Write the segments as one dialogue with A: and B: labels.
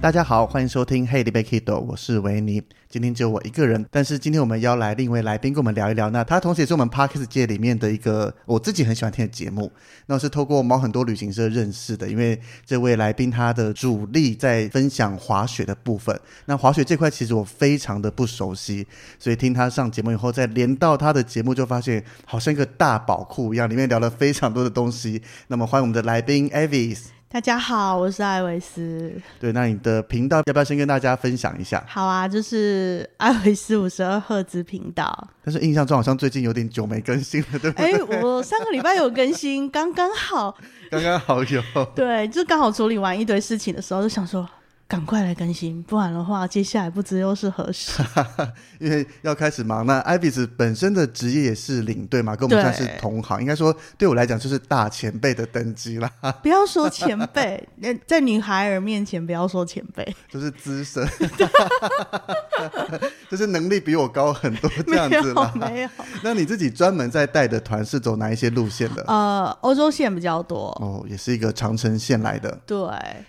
A: 大家好，欢迎收听《Hey, l i b e k i d o 我是维尼。今天只有我一个人，但是今天我们邀来另一位来宾，跟我们聊一聊。那他同时也是我们 Parkes 界里面的一个我自己很喜欢听的节目。那我是透过毛很多旅行社认识的，因为这位来宾他的主力在分享滑雪的部分。那滑雪这块其实我非常的不熟悉，所以听他上节目以后，再连到他的节目，就发现好像一个大宝库一样，里面聊了非常多的东西。那么欢迎我们的来宾 Avis。
B: 大家好，我是艾维斯。
A: 对，那你的频道要不要先跟大家分享一下？
B: 好啊，就是艾维斯五十二赫兹频道。
A: 但是印象中好像最近有点久没更新 了，对不对？
B: 哎、我上个礼拜有更新，刚刚好。
A: 刚刚好有，
B: 对，就刚好处理完一堆事情的时候，就想说赶快来更新，不然的话，接下来不知又是何时。
A: 因为要开始忙。那艾比斯本身的职业也是领队嘛，跟我们算
B: 对
A: 是同行，应该说对我来讲就是大前辈的等级啦，
B: 不要说前辈， 呃在女孩儿面前不要说前辈，
A: 就是资 深，就是能力比我高很多这
B: 没
A: 样子
B: 有
A: 啦。
B: 没有。
A: 那你自己专门在带的团是走哪一些路线的？
B: 呃，欧洲线比较多，
A: 哦，也是一个长城线来的。
B: 对。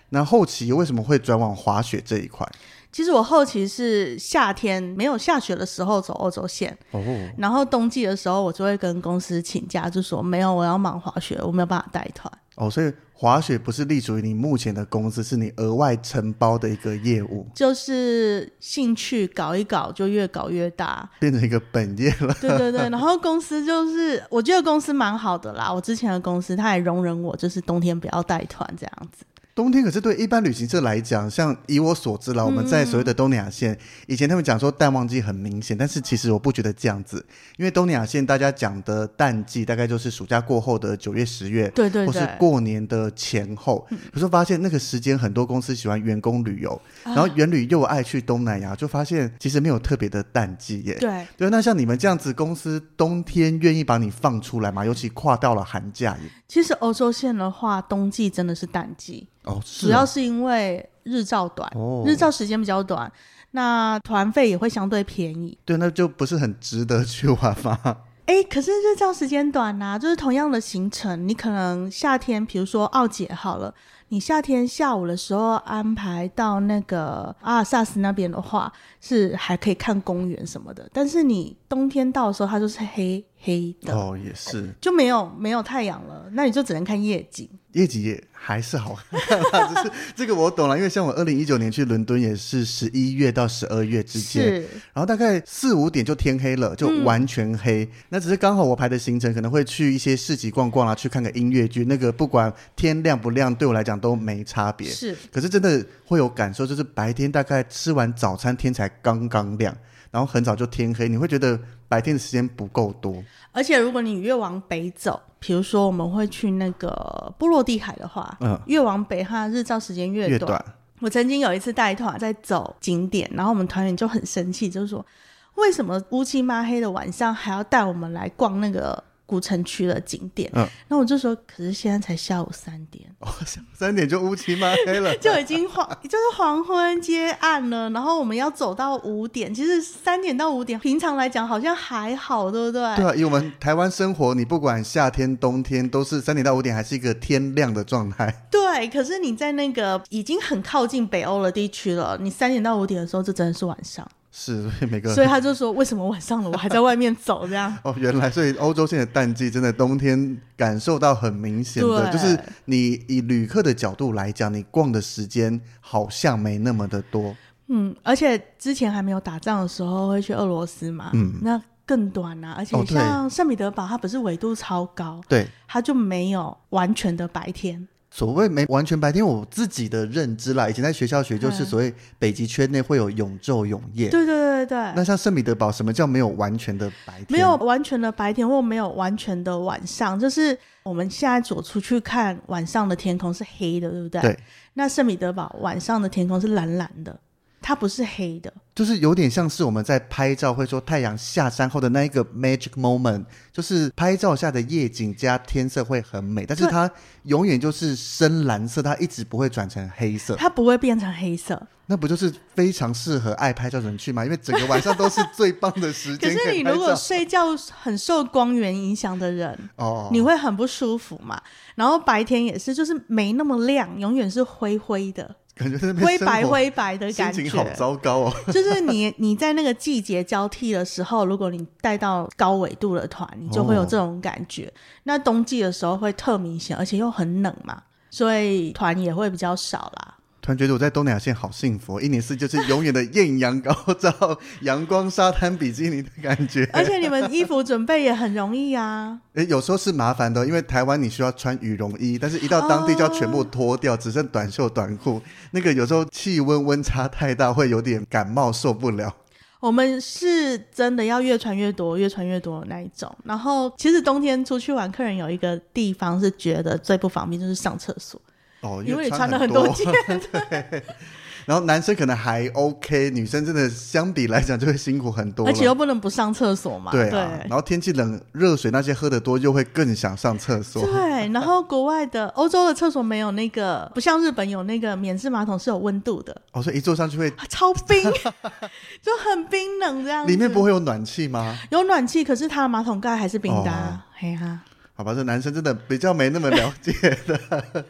A: 那后期为什么会转往滑雪这一块？
B: 其实我后期是夏天没有下雪的时候走欧洲线，
A: 哦，
B: 然后冬季的时候，我就会跟公司请假，就说没有，我要忙滑雪，我没有办法带团。
A: 哦，所以滑雪不是隶属于你目前的公司，是你额外承包的一个业务，
B: 就是兴趣搞一搞，就越搞越 大。
A: 变成一个本业了。
B: 对对对，然后公司就是，我觉得公司蛮好的啦。我之前的公司，它也容忍我，就是冬天不要带团这样子。
A: 冬天可是对一般旅行社来讲，像以我所知啦，我们在所
B: 嗯
A: 谓的东南亚线，以前他们讲说淡旺季很明显，但是其实我不觉得这样子，因为东南亚线大家讲的淡季大概就是暑假过后的九月、十月，
B: 对对
A: 或是
B: 对，嗯
A: 过年的前后，可是发现那个时间很多公司喜欢员工旅游，
B: 啊
A: 然后员旅又爱去东南亚，就发现其实没有特别的淡季耶。
B: 对。
A: 对，那像你们这样子，公司冬天愿意把你放出来吗？尤其跨到了寒假也
B: 其实欧洲线的话，冬季真的是淡季，
A: 哦，是
B: 主要是因为日照短，
A: 哦
B: 日照时间比较短，那团费也会相对便宜。
A: 对，那就不是很值得去玩 嘛。
B: 哎，可是日照时间短呐、就是同样的行程，你可能夏天，比如说奥姐好了，你夏天下午的时候安排到那个阿尔萨斯那边的话，是还可以看公园什么的，但是你冬天到的时候，它就是黑黑的，
A: 哦，也是，
B: 就没有没有太阳了，那你就只能看夜景。
A: 业绩也还是好看啦，只是这个我懂了，因为像我二零一九年去伦敦也是十一月到十二月之间，
B: 是，嗯
A: 然后大概四五点就天黑了，就完全黑。那只是刚好我排的行程可能会去一些市集逛逛啦、去看个音乐剧，那个不管天亮不亮，对我来讲都没差别。
B: 是，
A: 可是真的会有感受，就是白天大概吃完早餐天才刚刚亮，然后很早就天黑，你会觉得白天的时间不够多。
B: 而且如果你越往北走，比如说我们会去那个波罗的海的话，
A: 嗯
B: 越往北它日照时间
A: 越短，
B: 我曾经有一次带团在走景点，然后我们团员就很生气，就是说为什么乌漆抹黑的晚上还要带我们来逛那个古城区的景点？
A: 嗯
B: 那我就说，可是现在才下午三点，。
A: 哦，三点就乌漆嘛黑了
B: 就已经黄，就是黄昏接暗了，然后我们要走到五点，其实三点到五点，平常来讲好像还好，对不对？
A: 对啊，以我们台湾生活，你不管夏天、冬天，都是三点到五点，还是一个天亮的状态。
B: 对，可是你在那个已经很靠近北欧的地区了，你三点到五点的时候，这真的是晚上，
A: 是，所以每个
B: 所以他就说为什么晚上了，我还在外面走这样。
A: 哦，原来所以欧洲现在淡季真的冬天感受到很明显的，
B: 对
A: 就是你以旅客的角度来讲，你逛的时间好像没那么的多。
B: 嗯，而且之前还没有打仗的时候会去俄罗斯嘛，
A: 嗯
B: 那更短啊。而且
A: 哦对
B: 像圣彼得堡，它不是纬度超高，
A: 对，
B: 它就没有完全的白天。
A: 所谓没完全白天，我自己的认知啦，以前在学校学就是
B: 嗯
A: 所谓北极圈内会有永昼永夜。
B: 对对对对
A: 那
B: 对，
A: 像圣彼得堡，什么叫没有完全的白天？
B: 没有完全的白天或没有完全的晚上，就是我们现在走出去看晚上的天空是黑的，对不对？
A: 对，
B: 那圣彼得堡晚上的天空是蓝蓝的，它不是黑的。
A: 就是有点像是我们在拍照会说太阳下山后的那一个 magic moment，就是拍照下的夜景加天色会很美，但是
B: 对
A: 它永远就是深蓝色，它一直不会转成黑色，
B: 它不会变成黑色。
A: 那不就是非常适合爱拍照的人去吗？因为整个晚上都是最棒的时
B: 可
A: 间
B: 是
A: 可
B: 你
A: 以拍
B: 如果
A: 照。
B: 睡觉很受光源影响的人，
A: 哦，
B: 你会很不舒服嘛。然后白天也是，就是没那么亮，永远是灰灰的、
A: 感觉在那边
B: 灰白
A: 生活
B: 灰白的
A: 心
B: 感
A: 情好
B: 觉。
A: 糟糕哦。
B: 就是你 你在那个季节交替的时候，如果你带到高纬度的团，你就会有这种感觉。那冬季的时候会特明显，而且又很冷嘛，所以团也会比较少 啦。
A: 突然觉得我在东南亚线好幸福，一年四季就是永远的艳阳高照、 阳光沙滩比基尼的感觉。
B: 而且你们衣服准备也很容易啊。
A: 诶，有时候是麻烦的，因为台湾你需要穿羽绒衣，但是一到当地就要全部脱掉，只剩短袖短裤。那个有时候气温温差太大，会有点感冒受不了。
B: 我们是真的要越穿越多，越穿越多的那一种。然后，其实冬天出去玩，客人有一个地方是觉得最不方便，就是上厕所，
A: 哦，
B: 因为你穿了
A: 很
B: 很多 件。
A: 然后男生可能还 OK，女生真的相比来讲就会辛苦很多了。
B: 而且又不能不上厕所嘛。
A: 对啊，然
B: 对
A: 后天气冷，热水那些喝得多又会更想上厕所。
B: 对然后国外的欧洲的厕所没有那个，不像日本有那个免治马桶是有温度的，
A: 哦，所以一坐上去会，
B: 啊超 冰，就很冰冷这样子。
A: 里面不会有暖气吗？
B: 有暖气，可是它的马桶盖还是冰
A: 哦
B: 的、啊。嘿呀、
A: 好吧，这男生真的比较没那么了解的。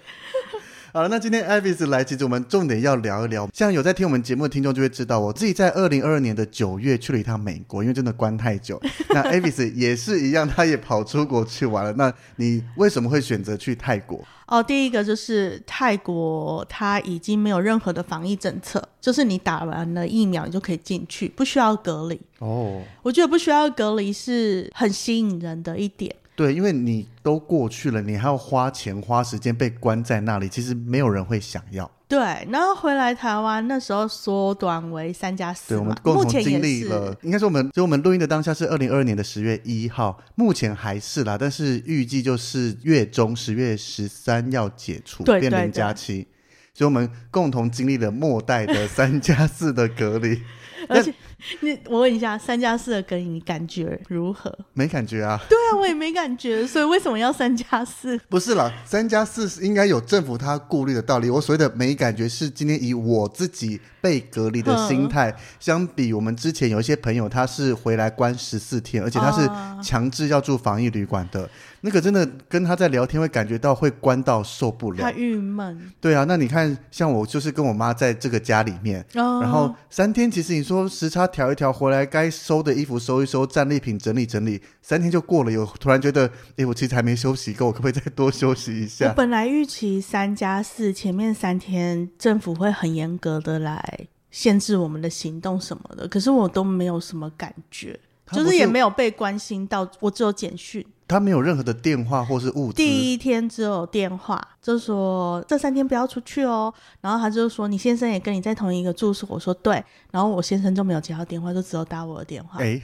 A: 好了，那今天 Ivis 来，其实我们重点要聊一聊。像有在听我们节目的听众就会知道，我自己在二零二二年的九月去了一趟美国，因为真的关太久。那 Ivis 也是一样，他也跑出国去玩了。那你为什么会选择去泰国？
B: 哦，第一个就是泰国，它已经没有任何的防疫政策，就是你打完了疫苗，你就可以进去，不需要隔离。
A: 哦，
B: 我觉得不需要隔离是很吸引人的一点。
A: 对，因为你都过去了，你还要花钱花时间被关在那里，其实没有人会想要。
B: 对，然后回来台湾那时候缩短为三加四
A: 对，我们
B: 嘛，
A: 共
B: 目
A: 同
B: 前
A: 经
B: 也
A: 历
B: 是。
A: 了，应该说我们，所以我们录音的当下是二零二二年的十月一号，目前还是啦，但是预计就是月中十月十三要解除
B: 对
A: 变
B: 对
A: 零
B: 对
A: 加七，所以我们共同经历了末代的三 加四的隔离，
B: 而且你，我问一下，三加四的隔离你感觉如何？
A: 没感觉啊？
B: 对啊，我也没感觉，所以为什么要三加四？
A: 不是啦，三加四是应该有政府他顾虑的道理。我所谓的没感觉，是今天以我自己被隔离的心
B: 嗯
A: 态，相比我们之前有一些朋友，他是回来关十四天，而且他
B: 啊
A: 是强制要住防疫旅馆的，那个真的跟他在聊天会感觉到会关到受不
B: 他
A: 了。
B: 郁闷。
A: 对啊，那你看，像我就是跟我妈在这个家里面，
B: 哦
A: 然后三天，其实你说时差调一调，回来该收的衣服收一收，战利品整理整理，三天就过了。有突然觉得，诶，我其实还没休息够，我可不可以再多休息一
B: 我
A: 下？
B: 本来预期三加四前面三天政府会很严格的来限制我们的行动什么的，可是我都没有什么感觉，
A: 他
B: 就
A: 不
B: 是也
A: 是
B: 没有被关心到，我只有简讯。
A: 他没有任何的电话或是物资。
B: 第一天只有电话，就说这三天不要出去哦。然后他就说你先生也跟你在同一个住宿，我说对。然后我先生就没有接到电话，就只有打我的电话，
A: 诶，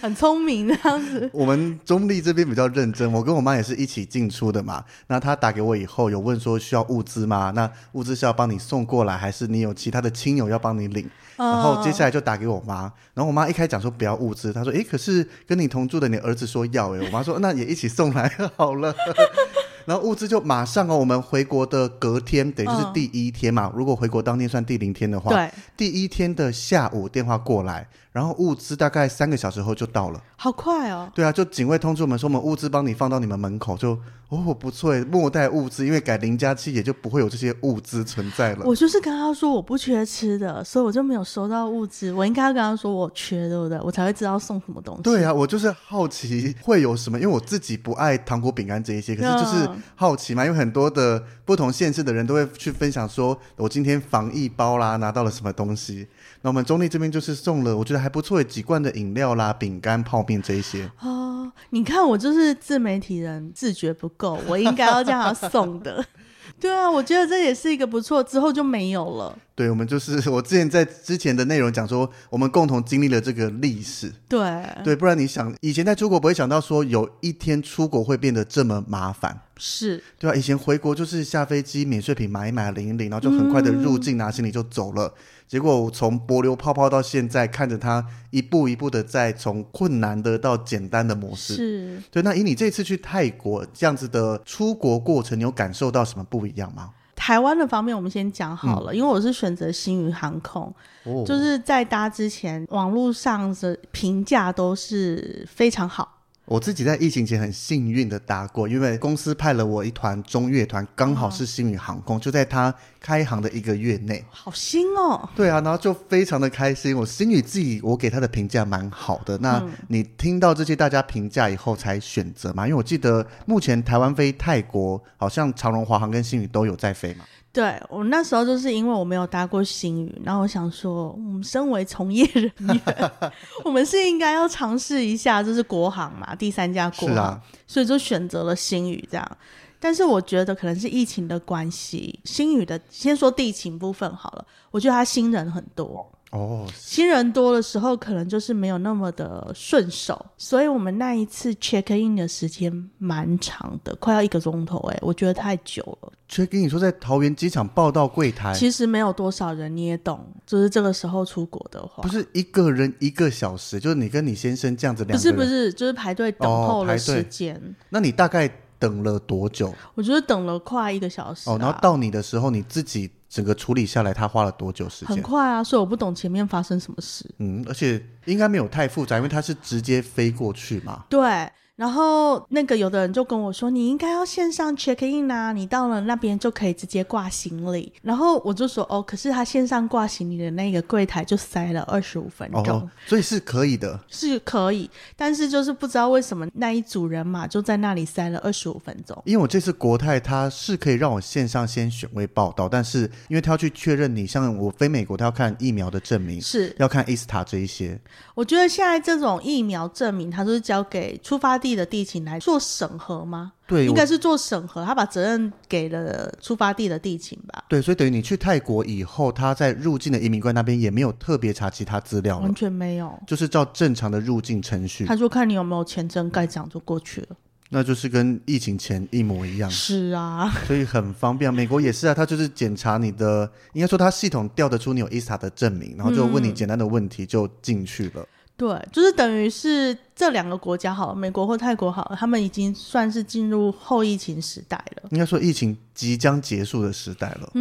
B: 很聪明这样子。
A: 我们中立这边比较认真，我跟我妈也是一起进出的嘛。那她打给我以后，有问说需要物资吗？那物资是要帮你送过来，还是你有其他的亲友要帮你领？然后接下来就打给我妈，然后我妈一开始讲说不要物资，她说诶，可是跟你同住的你儿子说要欸诶，我妈说那也一起送来好了。 然后物资就马上哦，我们回国的隔天，等于就是
B: 嗯
A: 第一天嘛。如果回国当天算第零天的话，
B: 对，
A: 第一天的下午电话过来，然后物资大概三个小时后就到了。
B: 好快哦。
A: 对啊，就警卫通知我们说，我们物资帮你放到你们门口，就哦不错耶，末代物资，因为改零加七也就不会有这些物资存在了。
B: 我就是跟他说我不缺吃的，所以我就没有收到物资。我应该要跟他说我缺，对不对？我才会知道送什么东西。
A: 对啊，我就是好奇会有什么，因为我自己不爱糖果饼干这一些，可是就是
B: 嗯
A: 好奇嘛，因为很多的不同县市的人都会去分享说，我今天防疫包啦，拿到了什么东西。那我们中立这边就是送了，我觉得还不错，几罐的饮料啦、饼干、泡面这一些。
B: 哦，你看我就是自媒体人，自觉不够，我应该要这样送 的。对啊，我觉得这也是一个不错，之后就没有了。
A: 对，我们就是 我之前在之前的内容讲说，我们共同经历了这个历史。
B: 对，
A: 对，不然你想，以前在出国不会想到说有一天出国会变得这么麻烦，
B: 是，
A: 对啊，以前回国就是下飞机免税品买一买领一领，然后就很快的入境拿行李就走了。结果我从柏流泡泡到现在，看着它一步一步的在从困难的到简单的模式。
B: 是，
A: 对，那以你这次去泰国这样子的出国过程，你有感受到什么不一样吗？
B: 台湾的方面，我们先讲好了，因为我是选择星宇航空，
A: 嗯哦
B: 就是在搭之前，网络上的评价都是非常好。
A: 我自己在疫情前很幸运的搭过，因为公司派了我一团中乐团，刚好是星宇航空，就在它开航的一个月内。
B: 好新哦，
A: 对啊，然后就非常的开心。我星宇自己，我给他的评价蛮好的。那
B: 嗯
A: 你听到这些大家评价以后才选择嘛？因为我记得目前台湾飞泰国，好像长荣、华航跟星宇都有在飞嘛。
B: 对我那时候就是因为我没有搭过星宇，然后我想说，我们身为从业人 员，我们是应该要尝试一下，就是国航嘛，第三家国
A: 是
B: 航，
A: 啊，
B: 所以就选择了星宇这样。但是我觉得可能是疫情的关系，星宇的先说地勤部分好了，我觉得他新人很多，
A: 哦，
B: 新人多的时候可能就是没有那么的顺手，所以我们那一次 check in 的时间蛮长的，快要一个钟头哎、我觉得太久了。
A: 却跟你说在桃园机场报到柜台，
B: 其实没有多少人，你也懂，就是这个时候出国的话
A: 不，是一个人一个小时，就是你跟你先生这样子两
B: 不
A: 个
B: 是
A: 人。
B: 不是，就是排队等
A: 哦
B: 候
A: 排
B: 的
A: 队
B: 时间，
A: 那你大概等了多久？
B: 我觉得等了快一个小时、啊
A: 哦，然后到你的时候，你自己整个处理下来，他花了多久时
B: 很
A: 间？
B: 快啊，所以我不懂前面发生什么事。
A: 嗯，而且应该没有太复杂，因为他是直接飞过去嘛。
B: 对，然后那个有的人就跟我说，你应该要线上 check in 啊，你到了那边就可以直接挂行李。然后我就说，哦，可是他线上挂行李的那个柜台就塞了二十五分钟。
A: 哦，所以是可以的。
B: 是可以，但是就是不知道为什么那一组人马就在那里塞了二十五分钟。
A: 因为我这次国泰它是可以让我线上先选位报到，但是因为他要去确认你，像我飞美国，他要看疫苗的证明，
B: 是，
A: 要看 ISTA 这一些。
B: 我觉得现在这种疫苗证明，它都是交给出发地的地勤来做审核吗？
A: 对，
B: 应
A: 我
B: 该是做审核，他把责任给了出发地的地勤吧，
A: 对，所以等于你去泰国以后，他在入境的移民官那边也没有特别查其他资料了
B: 完，全没有。
A: 就是照正常的入境程序，
B: 他就看你有没有签证盖章就过去了。
A: 那就是跟疫情前一模一样。
B: 是啊，
A: 所以很方便。美国也是啊，它就是检查你的，应该说它系统调得出你有 ISTA 的证明，然后就问
B: 嗯
A: 你简单的问题就进去了。
B: 对，就是等于是这两个国家好了，美国或泰国好了，他们已经算是进入后疫情时代了。嗯
A: 应该说疫情即将结束的时代了。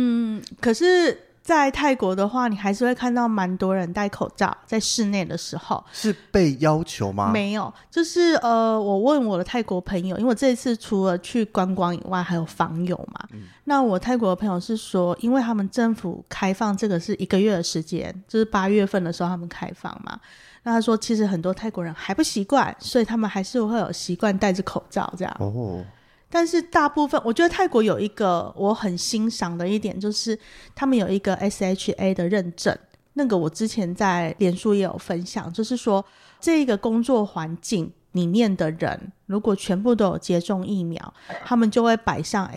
B: 可是，在泰国的话，你还是会看到蛮多人戴口罩，在室内的时候。
A: 是被要求吗？
B: 没有，就是呃，我问我的泰国朋友，因为我这一次除了去观光以外，还有访友嘛。那我泰国的朋友是说，因为他们政府开放这个是一个月的时间，就是八月份的时候他们开放嘛。那他说，其实很多泰国人还不习惯，所以他们还是会有习惯戴着口罩这样。
A: 哦，
B: 但是大部分，我觉得泰国有一个我很欣赏的一点，就是他们有一个 SHA 的认证。那个我之前在脸书也有分享，就是说这个工作环境里面的人，如果全部都有接种疫苗，他们就会摆上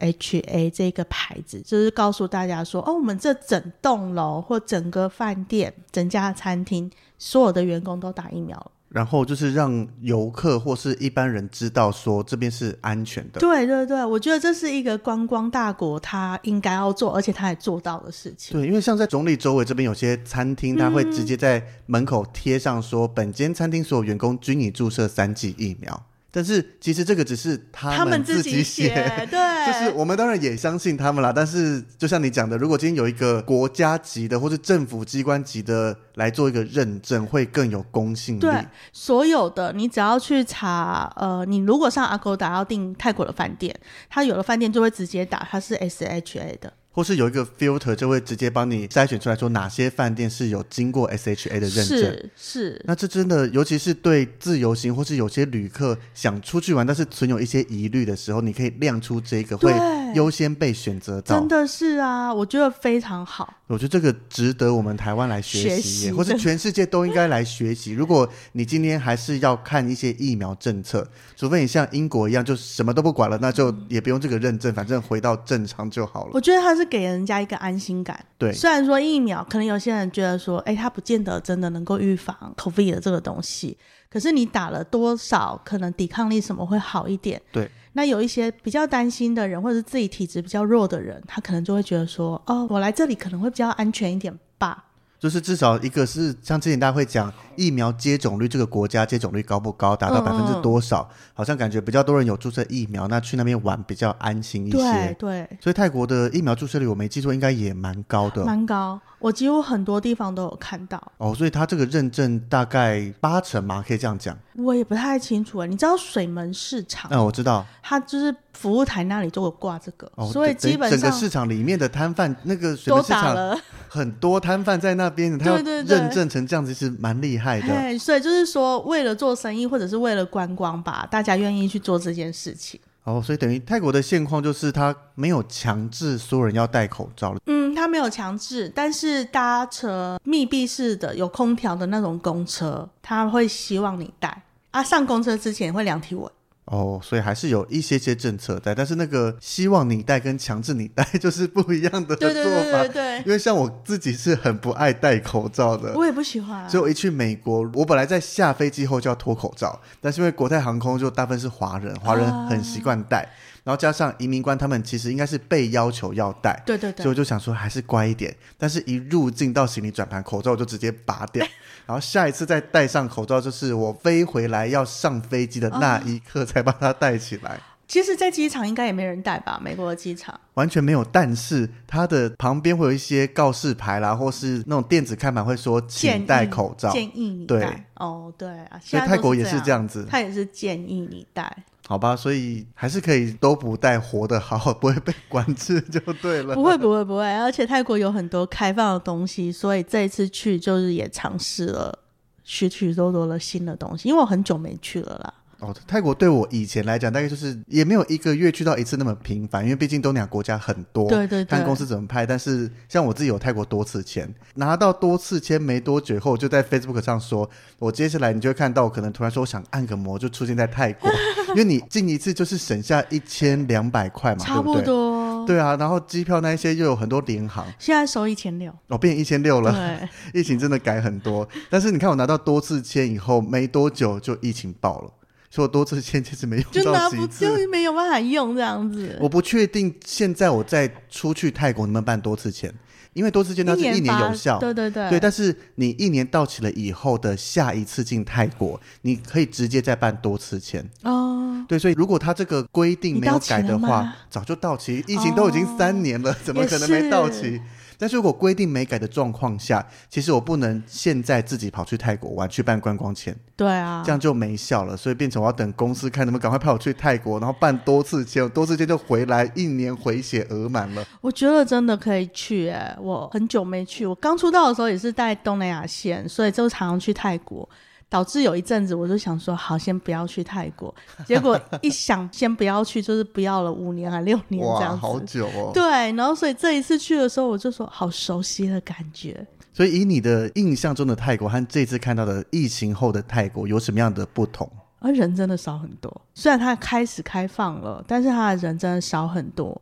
B: SHA 这个牌子，就是告诉大家说，哦，我们这整栋楼或整个饭店、整家餐厅，所有的员工都打疫苗了。
A: 然后就是让游客或是一般人知道说这边是安全的。
B: 对对对，我觉得这是一个观光大国他应该要做，而且他也做到的事情。
A: 对，因为像在总理周围这边有些餐
B: 嗯
A: 厅，他会直接在门口贴上说，本间餐厅所有员工均已注射三剂疫苗。但是其实这个只是
B: 他
A: 们
B: 自
A: 己
B: 写，
A: 就
B: 对，
A: 是我们当然也相信他们啦，但是就像你讲的，如果今天有一个国家级的或是政府机关级的来做一个认证，会更有公信力。
B: 对所有的，你只要去查，呃，你如果上阿勾达要订泰国的饭店，他有的饭店就会直接打它是 SHA 的，
A: 或是有一个 filter 就会直接帮你筛选出来说哪些饭店是有经过 SHA 的认证。
B: 是是，
A: 那这真的，尤其是对自由行或是有些旅客想出去玩，但是存有一些疑虑的时候，你可以亮出这个会
B: 对
A: 优先被选择到
B: 真。的是啊，我觉得非常好。
A: 我觉得这个值得我们台湾来学
B: 学
A: 习
B: 习
A: 耶，或 是
B: 真的
A: 全世界都应该来学习。如果你今天还是要看一些疫苗政策，除非你像英国一样就什么都不管了，那就也不用这个认证，反正回到正常就好了。
B: 我觉得它是给人家一个安心感。
A: 对
B: 虽然说疫苗，可能有些人觉得说，哎，它不见得真的能够预防 COVID 的这个东西，可是你打了多少，可能抵抗力什么会好一点。
A: 对，
B: 那有一些比较担心的人，或者是自己体质比较弱的人，他可能就会觉得说，哦，我来这里可能会比较安全一点吧。
A: 就是至少一个是像之前大家会讲疫苗接种率，这个国家接种率高不高，达到
B: 嗯
A: 百分之
B: 嗯
A: 多少，好像感觉比较多人有注射疫苗，那去那边玩比较安心一
B: 对
A: 些。
B: 对，
A: 所以泰国的疫苗注射率我没记错，应该也蛮高的。
B: 蛮高，我几乎很多地方都有看到。
A: 哦，所以它这个认证大概八成嘛，可以这样讲。
B: 我也不太清楚哎，你知道水门市场，
A: 嗯，我知道。
B: 它就是服务台那里都有挂这个，
A: 哦，
B: 所以
A: 等于
B: 基本
A: 整
B: 上
A: 个市场里面的摊贩，那个水
B: 都
A: 门市
B: 打
A: 场
B: 了。
A: 很多摊贩在那边，他要
B: 对对对
A: 认证成这样子是蛮厉害的。
B: 哎，所以就是说，为了做生意或者是为了观光吧，大家愿意去做这件事情。
A: 哦，所以等于泰国的现况就是他没有强制所有人要戴口罩了。
B: 嗯，他没有强制，但是搭乘密闭式的有空调的那种公车，他会希望你戴啊。上公车之前会量体温，
A: 哦，所以还是有一些些政策在，但是那个希望你戴跟强制你戴 就是不一样的做
B: 对
A: 法。
B: 对对对对，
A: 因为像我自己是很不爱戴口罩 的，
B: 我也不喜欢、啊
A: 所。以我一去美国，我本来在下飞机后就要脱口罩，但是因为国泰航空就大部分是华
B: 哦
A: 人，华人很习惯戴，然后加上移民官他们其实应该是被要求要戴，
B: 对对对
A: 所以我，就想说还是乖一点，但是一入境到行李转盘，口罩我就直接拔 掉，然后下一次再戴上口罩，就是我飞回来要上飞机的
B: 哦
A: 那一刻才把它戴起来。
B: 其实，在机场应该也没人戴吧？美国的机场，
A: 完全没有，但是它的旁边会有一些告示牌啦，或是那种电子看板会说
B: 建
A: 请
B: 议
A: 戴口罩，
B: 建议你
A: 对
B: 戴。哦，对啊，
A: 所
B: 现
A: 以
B: 在
A: 泰
B: 都
A: 国也是
B: 这
A: 这，样子。
B: 他也是建议你戴。
A: 好吧，所以还是可以都不带活的好，不会被管制就对了。
B: 不会不会不会，而且泰国有很多开放的东西，所以这一次去就是也尝试了许许多多的新的东西，因为我很久没去了啦。
A: 哦，泰国对我以前来讲，大概就是也没有一个月去到一次那么频繁，因为毕竟东南亚国家很多，
B: 对对对
A: 看公司怎么拍。但是像我自己有泰国多次签，拿到多次签没多久以后，我就在 Facebook 上说，我接下来你就会看到我可能突然说我想按个摩，就出现在泰 国，因为你进一次就是省下一千两百块嘛，
B: 差不
A: 对不对？
B: 多。
A: 对啊，然后机票那一些又有很多联航，
B: 现在收一千六，
A: 哦，变一千六了。
B: 对，
A: 疫情真的改很多，但是你看我拿到多次签以后，没多久就疫情爆了，所以我多次签其实没用
B: 就拿
A: 到
B: 不
A: 几
B: 就
A: 次。
B: 没有办法用这样子。
A: 我不确定现在我再出去泰国能不能办多次签，因为多次签它是一年
B: 发
A: 有效，
B: 对对对
A: 对，但是你一年到期了以后的下一次进泰国，你可以直接再办多次签。
B: 哦，
A: 对，所以如果他这个规定
B: 你
A: 没有
B: 到期
A: 改的
B: 了
A: 话
B: 吗，哦
A: 早就到期。疫情都已经三年了，怎么可能没到
B: 也
A: 期？但是如果规定没改的状况下，其实我不能现在自己跑去泰国玩去办观光签，
B: 对啊
A: 这，样就没效了。所以变成我要等公司看能不能赶快派我去泰国，然后办多次签，我多次签就回来，一年回血额满了。
B: 我觉得真的可以去哎、我很久没去，我刚出道的时候也是在东南亚线，所以就常常去泰国，导致有一阵子我就想说，好，先不要去泰国。结果一想，先不要去，就是不要了五年啊六年这
A: 哇，
B: 样
A: 好
B: 子。
A: 久哦。
B: 对，然后所以这一次去的时候，我就说好熟悉的感觉。
A: 所以以你的印象中的泰国和这次看到的疫情后的泰国有什么样的不同？
B: 而啊人真的少很多。虽然它开始开放了，但是它的人真的少很多。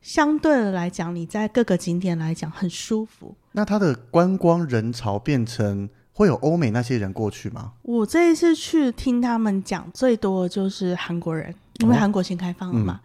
B: 相对的来讲，你在各个景点来讲很舒服。
A: 那它的观光人潮变成会有欧美那些人过去吗？
B: 我这一次去听他们讲，最多的就是韩国人，因为
A: 哦
B: 韩国先开放了
A: 嗯
B: 嘛。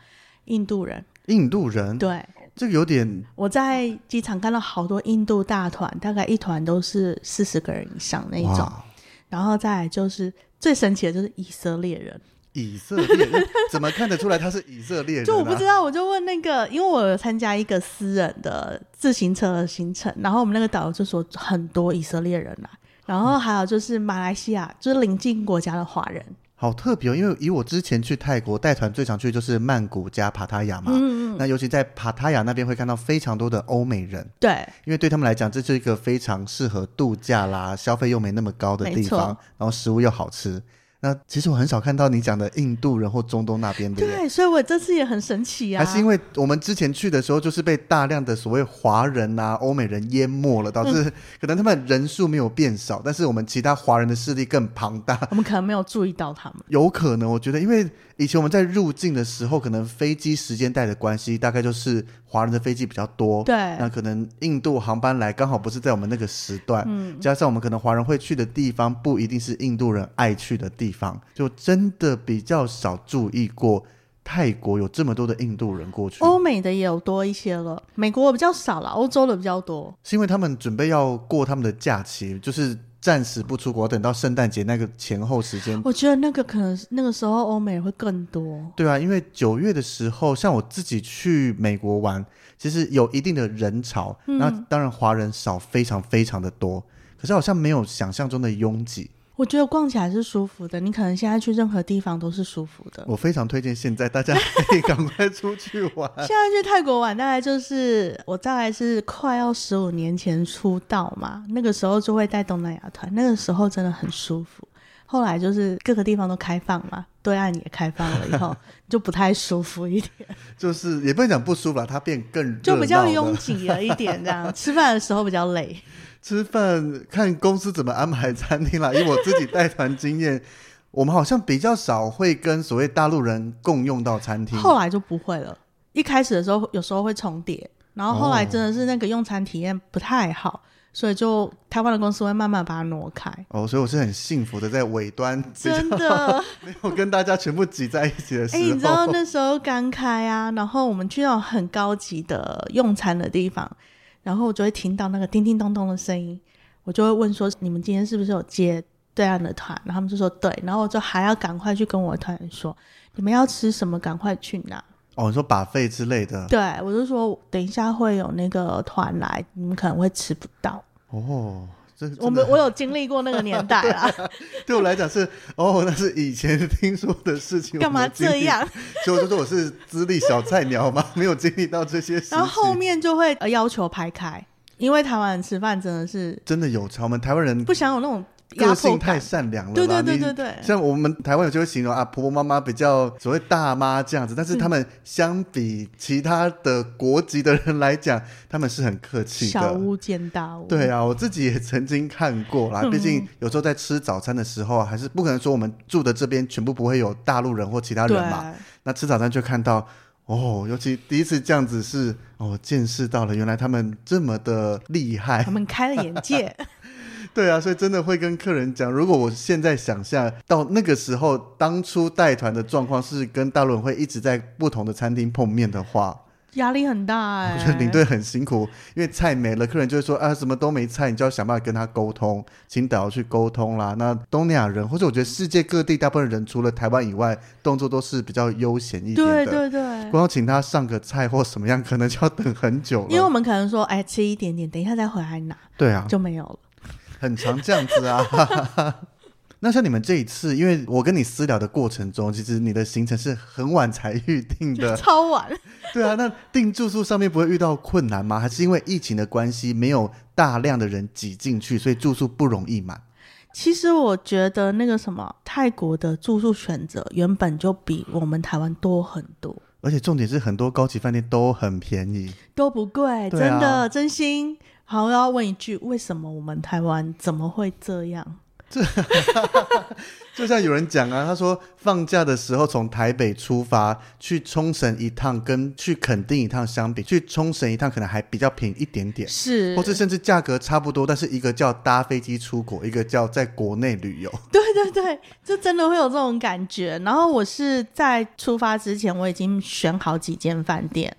B: 印度人，
A: 印度人，
B: 对
A: 这个有点
B: 我在机场看到好多印度大团，大概一团都是四十个人以上那一种。
A: 哇
B: 然后再来就是最神奇的就是以色列人，
A: 以色列 人怎么看得出来他是以色列人、啊？
B: 就我不知道，我就问那个，因为我有参加一个私人的自行车的行程，然后我们那个导游就说啊很多以色列人来，然后还有就是马来西亚，就是邻近国家的华人，
A: 好特别哦，因为以我之前去泰国带团最常去的就是曼谷加帕塔亚嘛，
B: 嗯嗯，
A: 那尤其在帕塔亚那边会看到非常多的欧美人，
B: 对，
A: 因为对他们来讲，这是一个非常适合度假啦，消费又没那么高的地方
B: 没，
A: 然后食物又好吃。那其实我很少看到你讲的印度人或中东那 边的人，
B: 对，所以我这次也很神奇啊，
A: 还是因为我们之前去的时候，就是被大量的所谓华人啊、欧美人淹没了，导致可能他们人数没有变少，但是我们其他华人的势力更庞大。
B: 我们可能没有注意到他们。
A: 有可能，我觉得，因为以前我们在入境的时候，可能飞机时间带的关系，大概就是华人的飞机比较多。
B: 对
A: 哦那可能印度航班来刚好不是在我们那个时段，嗯，加上我们可能华人会去的地方不一定是印度人爱去的地方，就真的比较少注意过泰国有这么多的印度人过去。
B: 欧美的也有多一些了，美国比较少了，欧洲的比较多。
A: 是因为他们准备要过他们的假期，就是暂时不出国，等到圣诞节那个前后时间。
B: 我觉得那个可能是那个时候欧美会更多，
A: 对啊，因为九月的时候，像我自己去美国玩，其实有一定的人潮，
B: 嗯
A: 那、当然华人少非常非常的多，可是好像没有想象中的拥挤。
B: 我觉得逛起来是舒服的。你可能现在去任何地方都是舒服的。
A: 我非常推荐现在大家可以赶快出去玩。
B: 现在去泰国玩，大概就是我大概是快要十五年前出道嘛，那个时候就会带东南亚团，那个时候真的很舒服。后来就是各个地方都开放嘛，对岸也开放了，以 后就不太舒服一点，
A: 就是也不能讲不舒服啦，它变更热闹
B: 就比较
A: 了
B: 拥挤了一点，这样吃饭的时候比较累。
A: 吃饭看公司怎么安排餐厅 啦。以我自己带团经验，我们好像比较少会跟所谓大陆人共用到餐厅。
B: 后来就不会了。一开始的时候有时候会重叠，然后后来
A: 哦
B: 真的是那个用餐体验不太好，所以就台湾的公司会慢慢把它挪开。
A: 哦，所以我是很幸福的，在尾端比较
B: 真的，
A: 没有跟大家全部挤在一起的时
B: 哎、
A: 候，
B: 你知道那时候刚开啊，然后我们去那种很高级的用餐的地方，然后我就会听到那个叮叮咚咚的声音，我就会问说：“你们今天是不是有接对岸的团？”然后他们就说：“对。”然后我就还要赶快去跟我的团员说：“你们要吃什么，赶快去拿。”
A: 哦，你说把费之类的，
B: 对，我就说等一下会有那个团来，你们可能会吃不到。
A: 哦，这真的
B: 我们我有经历过那个年代啊啦，
A: 对我来讲是哦，那是以前听说的事情，
B: 干嘛
A: 我没 有
B: 这
A: 经历？
B: 样？
A: 所以我就说我是资历小菜鸟嘛， 没有经历到这些事情。
B: 然后后面就会呃要求排开，因为台湾人吃饭真的是
A: 真的有差，我们台湾人
B: 不想有那种压
A: 个
B: 迫
A: 性太
B: 感。
A: 善良了吧，
B: 对对对
A: 你
B: 对对
A: 像我们台湾有就会形容啊，婆婆妈妈比较所谓大妈这样子，但
B: 嗯
A: 是他们相比其他的国籍的人来讲，他们是很客气的。
B: 小巫见大巫。
A: 对啊，我自己也曾经看过啦。
B: 嗯
A: 毕竟有时候在吃早餐的时候啊，还是不可能说我们住的这边全部不会有大陆人或其他
B: 对啊
A: 人嘛。那吃早餐就看到哦，尤其第一次这样子是哦，见识到了原来他们这么的厉害
B: 他。们开了眼 界，
A: 对啊，所以真的会跟客人讲，如果我现在想象到那个时候当初带团的状况是跟大陆人会一直在不同的餐厅碰面的话，
B: 压力很大哎、
A: 我觉得领队很辛苦，因为菜没了，客人就会说啊什么都没菜，你就要想办法跟他沟通，请导游去沟通啦。那东南亚人或者我觉得世界各地大部分人除了台湾以外，动作都是比较悠闲一点的。
B: 对对对，
A: 光要请他上个菜或什么样，可能就要等很久
B: 因为我
A: 了。
B: 们可能说哎、吃一点点，等一下再回来拿
A: 对啊，
B: 就没有了。，
A: 很常这样子啊。 那像你们这一次，因为我跟你私聊的过程中，其实你的行程是很晚才预定的
B: 超晚，
A: 对啊，那订住宿上面不会遇到困难吗？还是因为疫情的关系，没有大量的人挤进去，所以住宿不容易满？
B: 其实我觉得那个什么泰国的住宿选择原本就比我们台湾多很多，
A: 而且重点是很多高级饭店都很便宜，
B: 都不贵，
A: 对
B: 真
A: 啊
B: 的真心。好，我要问一句，为什么我们台湾怎么会这样？
A: 就像有人讲啊，他说放假的时候从台北出发去冲绳一趟，跟去垦丁一趟相比，去冲绳一趟可能还比较便宜一点点，
B: 是
A: 或，是甚至价格差不多，但是一个叫搭飞机出国，一个叫在国内旅游。
B: 对对 对，就真的会有这种感觉。然后我是在出发之前，我已经选好几间饭店，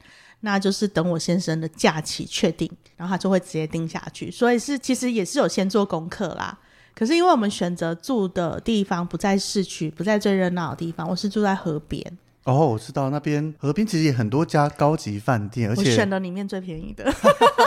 B: 那就是等我先生的假期确定，然后他就会直接定下去。所以是其实也是有先做功课啦。可是因为我们选择住的地方不在市区，不在最热闹的地方，我是住在河边，
A: 哦，我知道那边河边其实也很多家高级饭店，而
B: 我
A: 且
B: 选了里面最便宜的。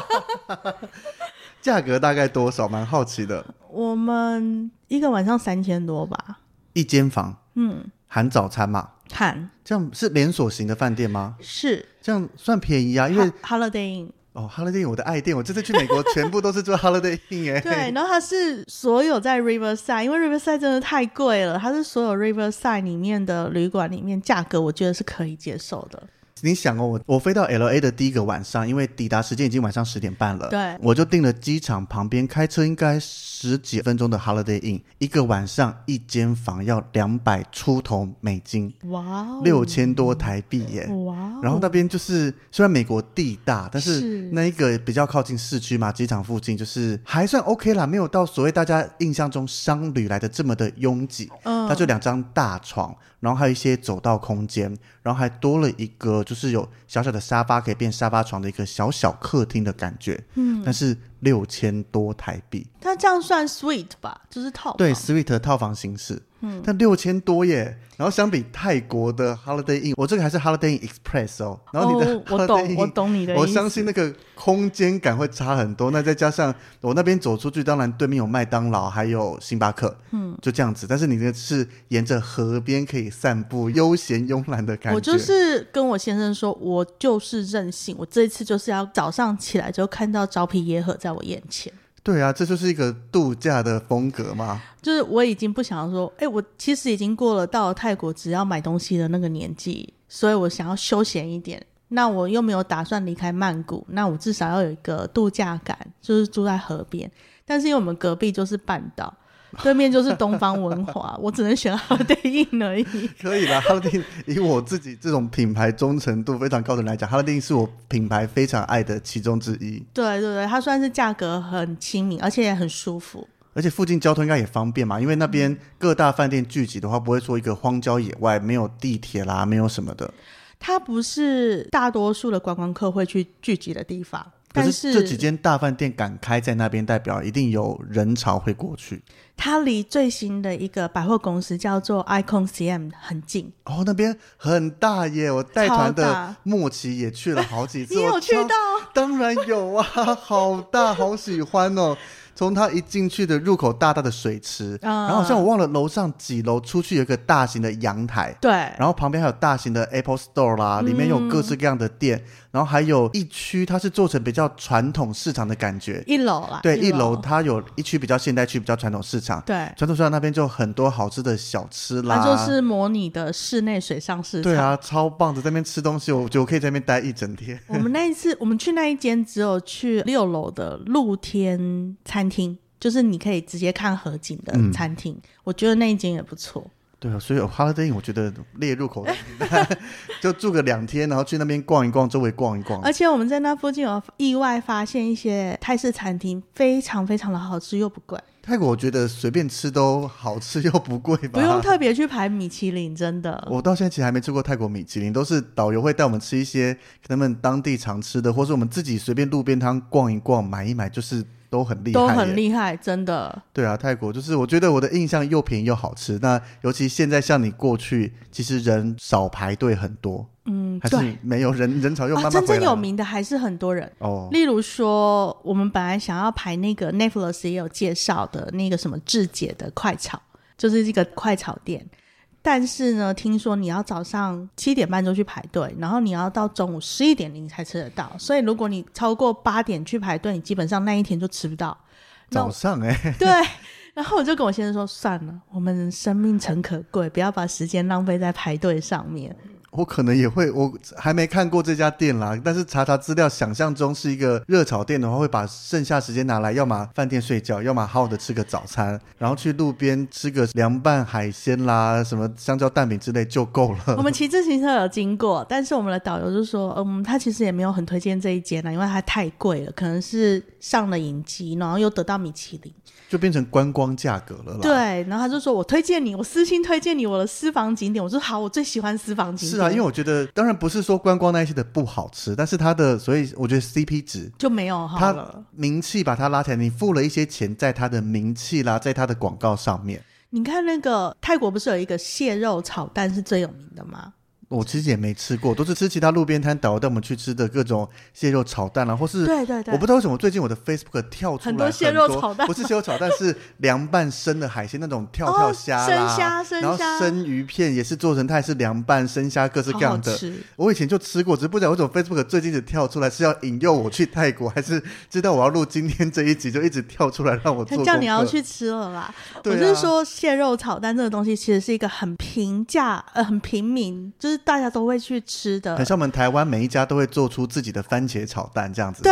A: 价格大概多少？蛮好奇的。
B: 我们一个晚上三千多吧，
A: 一间房
B: 嗯，
A: 含早餐嘛？
B: 看
A: 这样是连锁型的饭店吗？
B: 是
A: 这样算便宜啊？因为
B: Ha- Holiday Inn，
A: 哦，Holiday Inn 我的爱店，我这次去美国全部都是住 Holiday Inn 哎、
B: 对，然后它是所有在 Riverside，因为 Riverside 真的太贵了，它是所有 Riverside 里面的旅馆里面价格，我觉得是可以接受的。
A: 你想哦，我我飞到 L A 的第一个晚上，因为抵达时间已经晚上十点半了，
B: 对
A: 我就订了机场旁边开车应该十几分钟的 Holiday Inn，一个晚上一间房要两百出头美金，
B: 哇哦，
A: 六千多台币耶。
B: 哇哦，
A: 然后那边就是，虽然美国地大，但
B: 是
A: 是那一个比较靠近市区嘛，机场附近就是还算 OK 啦，没有到所谓大家印象中商旅来的这么的拥挤。
B: 嗯
A: 它就两张大床，然后还有一些走道空间，然后还多了一个就是有小小的沙发可以变沙发床的一个小小客厅的感觉。嗯，但是六千多台币，
B: 它这样算 sweet 吧，就是套房
A: 对，Sweet 套房形式，嗯，但六千多耶。然后相比泰国的 Holiday Inn，我这个还是 Holiday Inn Express 哦。然后你的
B: 哦，我
A: Holiday
B: 懂，
A: Inn，、
B: 我懂你的意思。
A: 我相信那个空间感会差很多。那再加上我那边走出去，当然对面有麦当劳，还有星巴克，嗯，就这样子。但是你这是沿着河边可以散步，悠闲慵懒的感觉。
B: 我就是跟我先生说，我就是任性，我这一次就是要早上起来就看到招皮耶河在我眼前，
A: 对啊，这就是一个度假的风格嘛。
B: 就是我已经不想说，哎、我其实已经过了到了泰国只要买东西的那个年纪，所以我想要休闲一点。那我又没有打算离开曼谷，那我至少要有一个度假感，就是住在河边。但是因为我们隔壁就是半岛，对面就是东方文华，我只能选好对应 而已。
A: 可以啦，Holiday Inn 以我自己这种品牌忠诚度非常高的人来讲，Holiday Inn 是我品牌非常爱的其中之一。
B: 对对对，它算是价格很亲民，而且也很舒服。
A: 而且附近交通应该也方便嘛，因为那边各大饭店聚集的话，不会说一个荒郊野外，没有地铁啦，没有什么的。
B: 它不是大多数的观光客会去聚集的地方，
A: 可
B: 但
A: 是这几间大饭店敢开在那边，代表一定有人潮会过去。
B: 它离最新的一个百货公司叫做 Icon CM 很近。
A: 哦，那边很大耶！我带
B: 超
A: 团
B: 大
A: 的莫奇也去了好几次，
B: 你有
A: 我
B: 去
A: 超
B: 到？
A: 当然有啊， 好大，好喜欢哦。从它一进去的入口大大的水池，
B: 嗯
A: 然后好像我忘了楼上几楼出去有一个大型的阳台，
B: 对，嗯
A: 然后旁边还有大型的 Apple Store 啦，里面有各式各样的店，然后还有一区它是做成比较传统市场的感觉，
B: 一楼啦。
A: 对，
B: 一
A: 一楼它有一区比较现代区，比较传统市场，
B: 对，
A: 传统市场那边就很多好吃的小吃啦，
B: 它就是模拟的室内水上市场。
A: 对啊，超棒的，在那边吃东西，我觉得我可以在那边待一整天。
B: 我们那一次，我们去那一间只有去六楼的露天餐厅，就是你可以直接看河景的
A: 嗯
B: 餐厅，我觉得那一间也不错。
A: 对啊，所以 Holiday Inn 我觉得列入口袋， 就住个两天，然后去那边逛一逛，周围逛一逛。
B: 而且我们在那附近有意外发现一些泰式餐厅，非常非常的好吃又不贵，
A: 泰国我觉得随便吃都好吃又不贵吧。
B: 不用特别去排米其林，真的。
A: 我到现在其实还没吃过泰国米其林，都是导游会带我们吃一些他们当地常吃的，或是我们自己随便路边摊逛一逛、买一买，就是都很厉害耶，
B: 都很厉害，真的。
A: 对啊，泰国就是我觉得我的印象又便宜又好吃。那尤其现在像你过去，其实人少排队很多，
B: 嗯，
A: 还
B: 对
A: 是没有人人潮又慢
B: 啊，
A: 慢
B: 真
A: 回
B: 正
A: 来
B: 有
A: 了
B: 名的还是很多人。
A: 哦。
B: 例如说，我们本来想要排那个 Netflix 也有介绍的那个什么智姐的快炒，就是这个快炒店。但是呢，听说你要早上七点半就去排队，然后你要到中午十一点你才吃得到。所以如果你超过八点去排队，你基本上那一天就吃不到。 那
A: 早上哎、
B: 对，然后我就跟我先生说，算了，我们生命诚可贵，不要把时间浪费在排队上面。
A: 我可能也会，我还没看过这家店啦，但是查查资料，想象中是一个热炒店的话，会把剩下时间拿来，要么饭店睡觉，要么好好的吃个早餐，然后去路边吃个凉拌海鲜啦，什么香蕉蛋饼之类就够了。
B: 我们骑自行车有经过，但是我们的导游就说，嗯，他其实也没有很推荐这一间啊呢、因为它太贵了，可能是上了影集，然后又得到米其林。
A: 就变成观光价格了啦。
B: 对，然后他就说我推荐你，我私信推荐你我的私房景点。我说好，我最喜欢私房景
A: 是
B: 点。
A: 啊，因为我觉得，当然不是说观光那一些的不好吃，但是它的，所以我觉得 CP 值，
B: 就没有好
A: 它
B: 了。
A: 名气把它拉起来，你付了一些钱在它的名气啦，在它的广告上面，
B: 你看那个泰国不是有一个蟹肉炒蛋是最有名的吗？
A: 我其实也没吃过，都是吃其他路边摊导游带我们去吃的各种蟹肉炒蛋啊，或是
B: 对对对
A: 我不知道为什么最近我的 Facebook 跳出来
B: 很多蟹肉炒蛋
A: 不是蟹肉炒蛋，是凉拌生的海鲜那种跳跳虾啦、
B: 哦生虾生虾
A: 然后生鱼片也是做成它也是凉拌生虾，各式各
B: 好好
A: 样的。
B: 吃。
A: 我以前就吃过，只是不知道为什么 Facebook 最近一直跳出来是要引诱我去泰国，还是知道我要录今天这一集就一直跳出来让我做
B: 他
A: 功课。
B: 叫你要去吃了啦，
A: 对
B: 我
A: 啊
B: 是说蟹肉炒蛋这个东西其实是一个很平价、呃很平民，就是大家都会去吃的
A: 很。像我们台湾每一家都会做出自己的番茄炒蛋这样子。，
B: 对，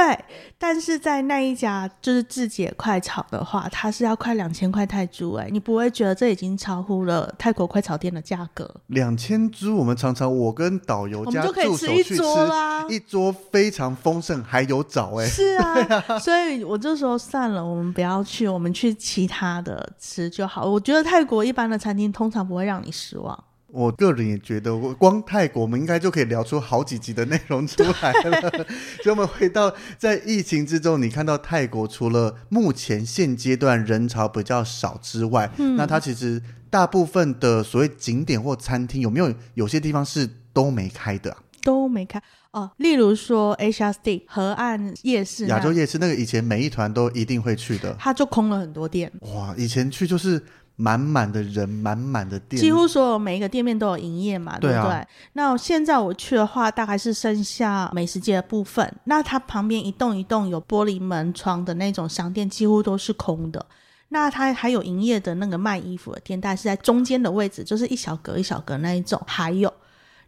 B: 但是在那一家就是自解快炒的话，它是要快两千块泰铢哎、你不会觉得这已经超乎了泰国快炒店的价格？
A: 两千株我们常常我跟导游
B: 我们
A: 加
B: 就可以
A: 助
B: 吃
A: 手去
B: 一
A: 吃，
B: 桌啦
A: 一桌非常丰盛，还有找哎、
B: 是啊，所以我就说算了，我们不要去，我们去其他的吃就好。我觉得泰国一般的餐厅通常不会让你失望。
A: 我个人也觉得，我光泰国我们应该就可以聊出好几集的内容出来了。 所以，我们回到在疫情之中，你看到泰国除了目前现阶段人潮比较少之外，
B: 嗯
A: 那它其实大部分的所谓景点或餐厅，有没有有些地方是都没开的、啊？
B: 都没开哦，例如说 Asia Steak 河岸夜市那，
A: 亚洲夜市那个以前每一团都一定会去的，
B: 它就空了很多店，
A: 哇，以前去就是满满的人，满满的店，
B: 几乎所有每一个店面都有营业嘛，
A: 对啊
B: 不对？那现在我去的话，大概是剩下美食街的部分。那它旁边一栋一栋有玻璃门窗的那种商店，几乎都是空的。那它还有营业的那个卖衣服的店，但是在中间的位置，就是一小格一小格那一种。还有，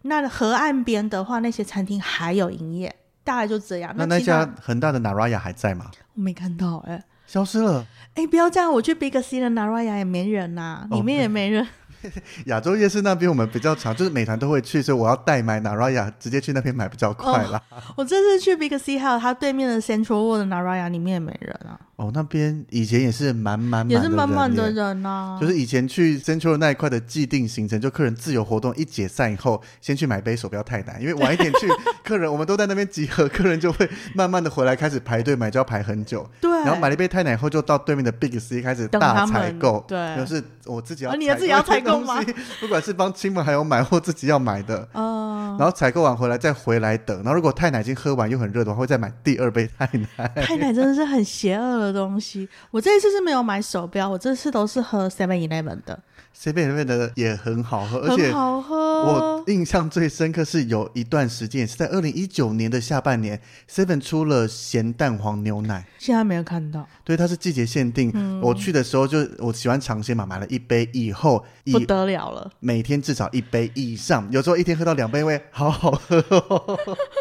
B: 那河岸边的话，那些餐厅还有营业，大概就这样。
A: 那
B: 那
A: 那
B: 其他
A: 家恒大的 Naraya 还在吗？
B: 我没看到哎、
A: 消失了。
B: 哎，不要这样，我去 Big C 的 Naraya 也没人呐、
A: 哦
B: 里面也没人。
A: 亚洲夜市那边我们比较常， 就是美团都会去，所以我要代买 Naraya，直接去那边买比较快啦。
B: 我这次去 Big C 还有它对面的 Central World 的 Naraya 里面也没人啊，
A: 哦，那边以前也是满满满的
B: 也是满满的
A: 耶。
B: 人呐、啊。
A: 就是以前去 Central 那一块的既定行程，就客人自由活动一解散以后，先去买杯手，不要太难，因为晚一点 去，客人我们都在那边集合，客人就会慢慢的回来开始排队买，就要排很久。
B: 对，
A: 然后买了一杯太奶后，就到对面的 Big C 开始
B: 等
A: 大
B: 他们
A: 采购。
B: 对
A: 就是我自己要
B: 哦
A: 采购、
B: 你要自己要采购吗？
A: 不管是帮亲朋好友买或自己要买的，
B: 嗯、
A: 然后采购完回来再回来等，然后如果太奶已经喝完又很热的话，会再买第二杯太 奶。
B: 太奶真的是很邪恶的东西。我这一次是没有买手表，我这次都是喝 Seven Eleven 的，
A: 随便便的也很好喝，而且
B: 很好喝。
A: 我印象最深刻是有一段时间，也是在二零一九年的下半年，Seven 出了咸蛋黄牛奶，
B: 现在没有看到，
A: 对，它是季节限定。我去的时候就我喜欢尝鲜嘛，买了一杯以后，以
B: 不得了了。
A: 每天至少一杯以上，有时候一天喝到两杯，因为好好喝、哦，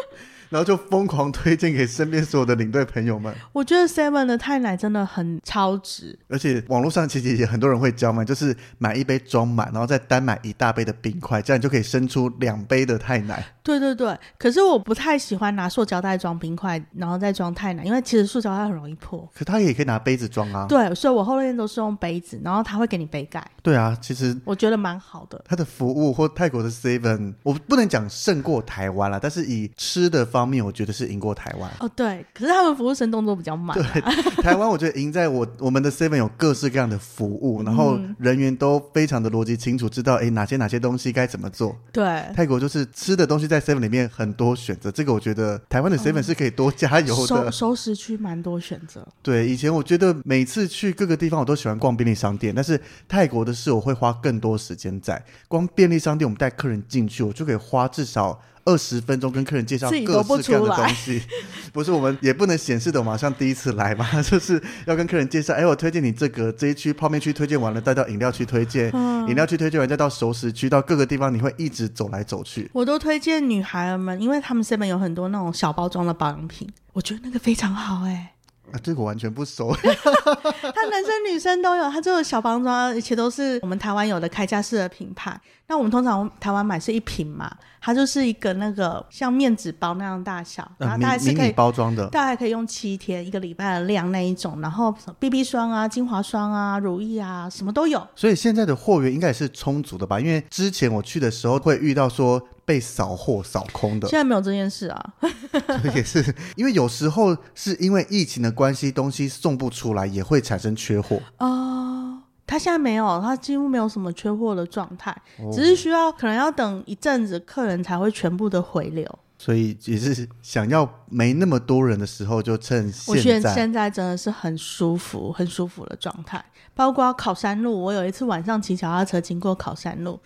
A: 然后就疯狂推荐给身边所有的领队朋友们。
B: 我觉得 Seven 的太奶真的很超值，
A: 而且网络上其实也很多人会教嘛，就是买一杯装满，然后再单买一大杯的冰块，这样你就可以生出两杯的太奶。
B: 对对对，可是我不太喜欢拿塑胶袋装冰块，然后再装太奶，因为其实塑胶袋很容易破。
A: 可它也可以拿杯子装啊。
B: 对，所以我后面都是用杯子，然后他会给你杯盖，
A: 对啊，其实
B: 我觉得蛮好的。
A: 它的服务或泰国的 Seven，我不能讲胜过台湾啦，但是以吃的方面，我觉得是赢过台 湾。
B: 哦，对，可是他们服务生动作比较慢，啊
A: 台湾我觉得赢在我我们的 Seven 有各式各样的服务，然后人员都非常的逻辑清楚，知道诶哎哪些哪些东西该怎么做。
B: 对，
A: 泰国就是吃的东西在 Seven 里面很多选择，这个我觉得台湾的 Seven 是可以多加油的。
B: 熟熟食区蛮多选择，
A: 对，以前我觉得每次去各个地方我都喜欢逛便利商店，但是泰国的事我会花更多时间在光便利商店。我们带客人进去，我就可以花至少二十分钟跟客人介绍
B: 自己
A: 各
B: 都不
A: 式各样的
B: 出来
A: 东西。不是我们也不能显示的，我马上第一次来嘛， 就是要跟客人介绍。哎，我推荐你这个这一区泡面区推荐完了，再到饮料区推荐，
B: 嗯
A: 饮料区推荐完再到熟食区，到各个地方你会一直走来走去。
B: 我都推荐女孩儿们，因为他们 seven 有很多那种小包装的保养品，我觉得那个非常好 哎、
A: 啊，这个我完全不 熟。
B: 它男生女生都有，它这个小包装，而且都是我们台湾有的开架式的品牌。那我们通常台湾买是一瓶嘛，它就是一个那个像面纸包那样大小，然
A: 呃
B: 后
A: 迷
B: 大概是
A: 迷
B: 可
A: 你
B: 以
A: 包装的，
B: 大概可以用七天一个礼拜的量那一种，然后什么 BB 霜啊、精华霜啊、乳液啊，什么都有。
A: 所以现在的货源应该也是充足的吧？因为之前我去的时候会遇到说被扫货扫空的
B: 现，在没有这件事啊，
A: 所 以也是因为有时候是因为疫情的关系，东西送不出来，也会产生缺货。
B: 哦，它现在没有，它几乎没有什么缺货的状态，
A: 哦
B: 只是需要可能要等一阵子，客人才会全部的回流。
A: 所以也是想要没那么多人的时候，就趁
B: 我觉
A: 现
B: 得
A: 在。
B: 现在真的是很舒服、很舒服的状态。包括考山路，我有一次晚上骑脚踏车经过考山路，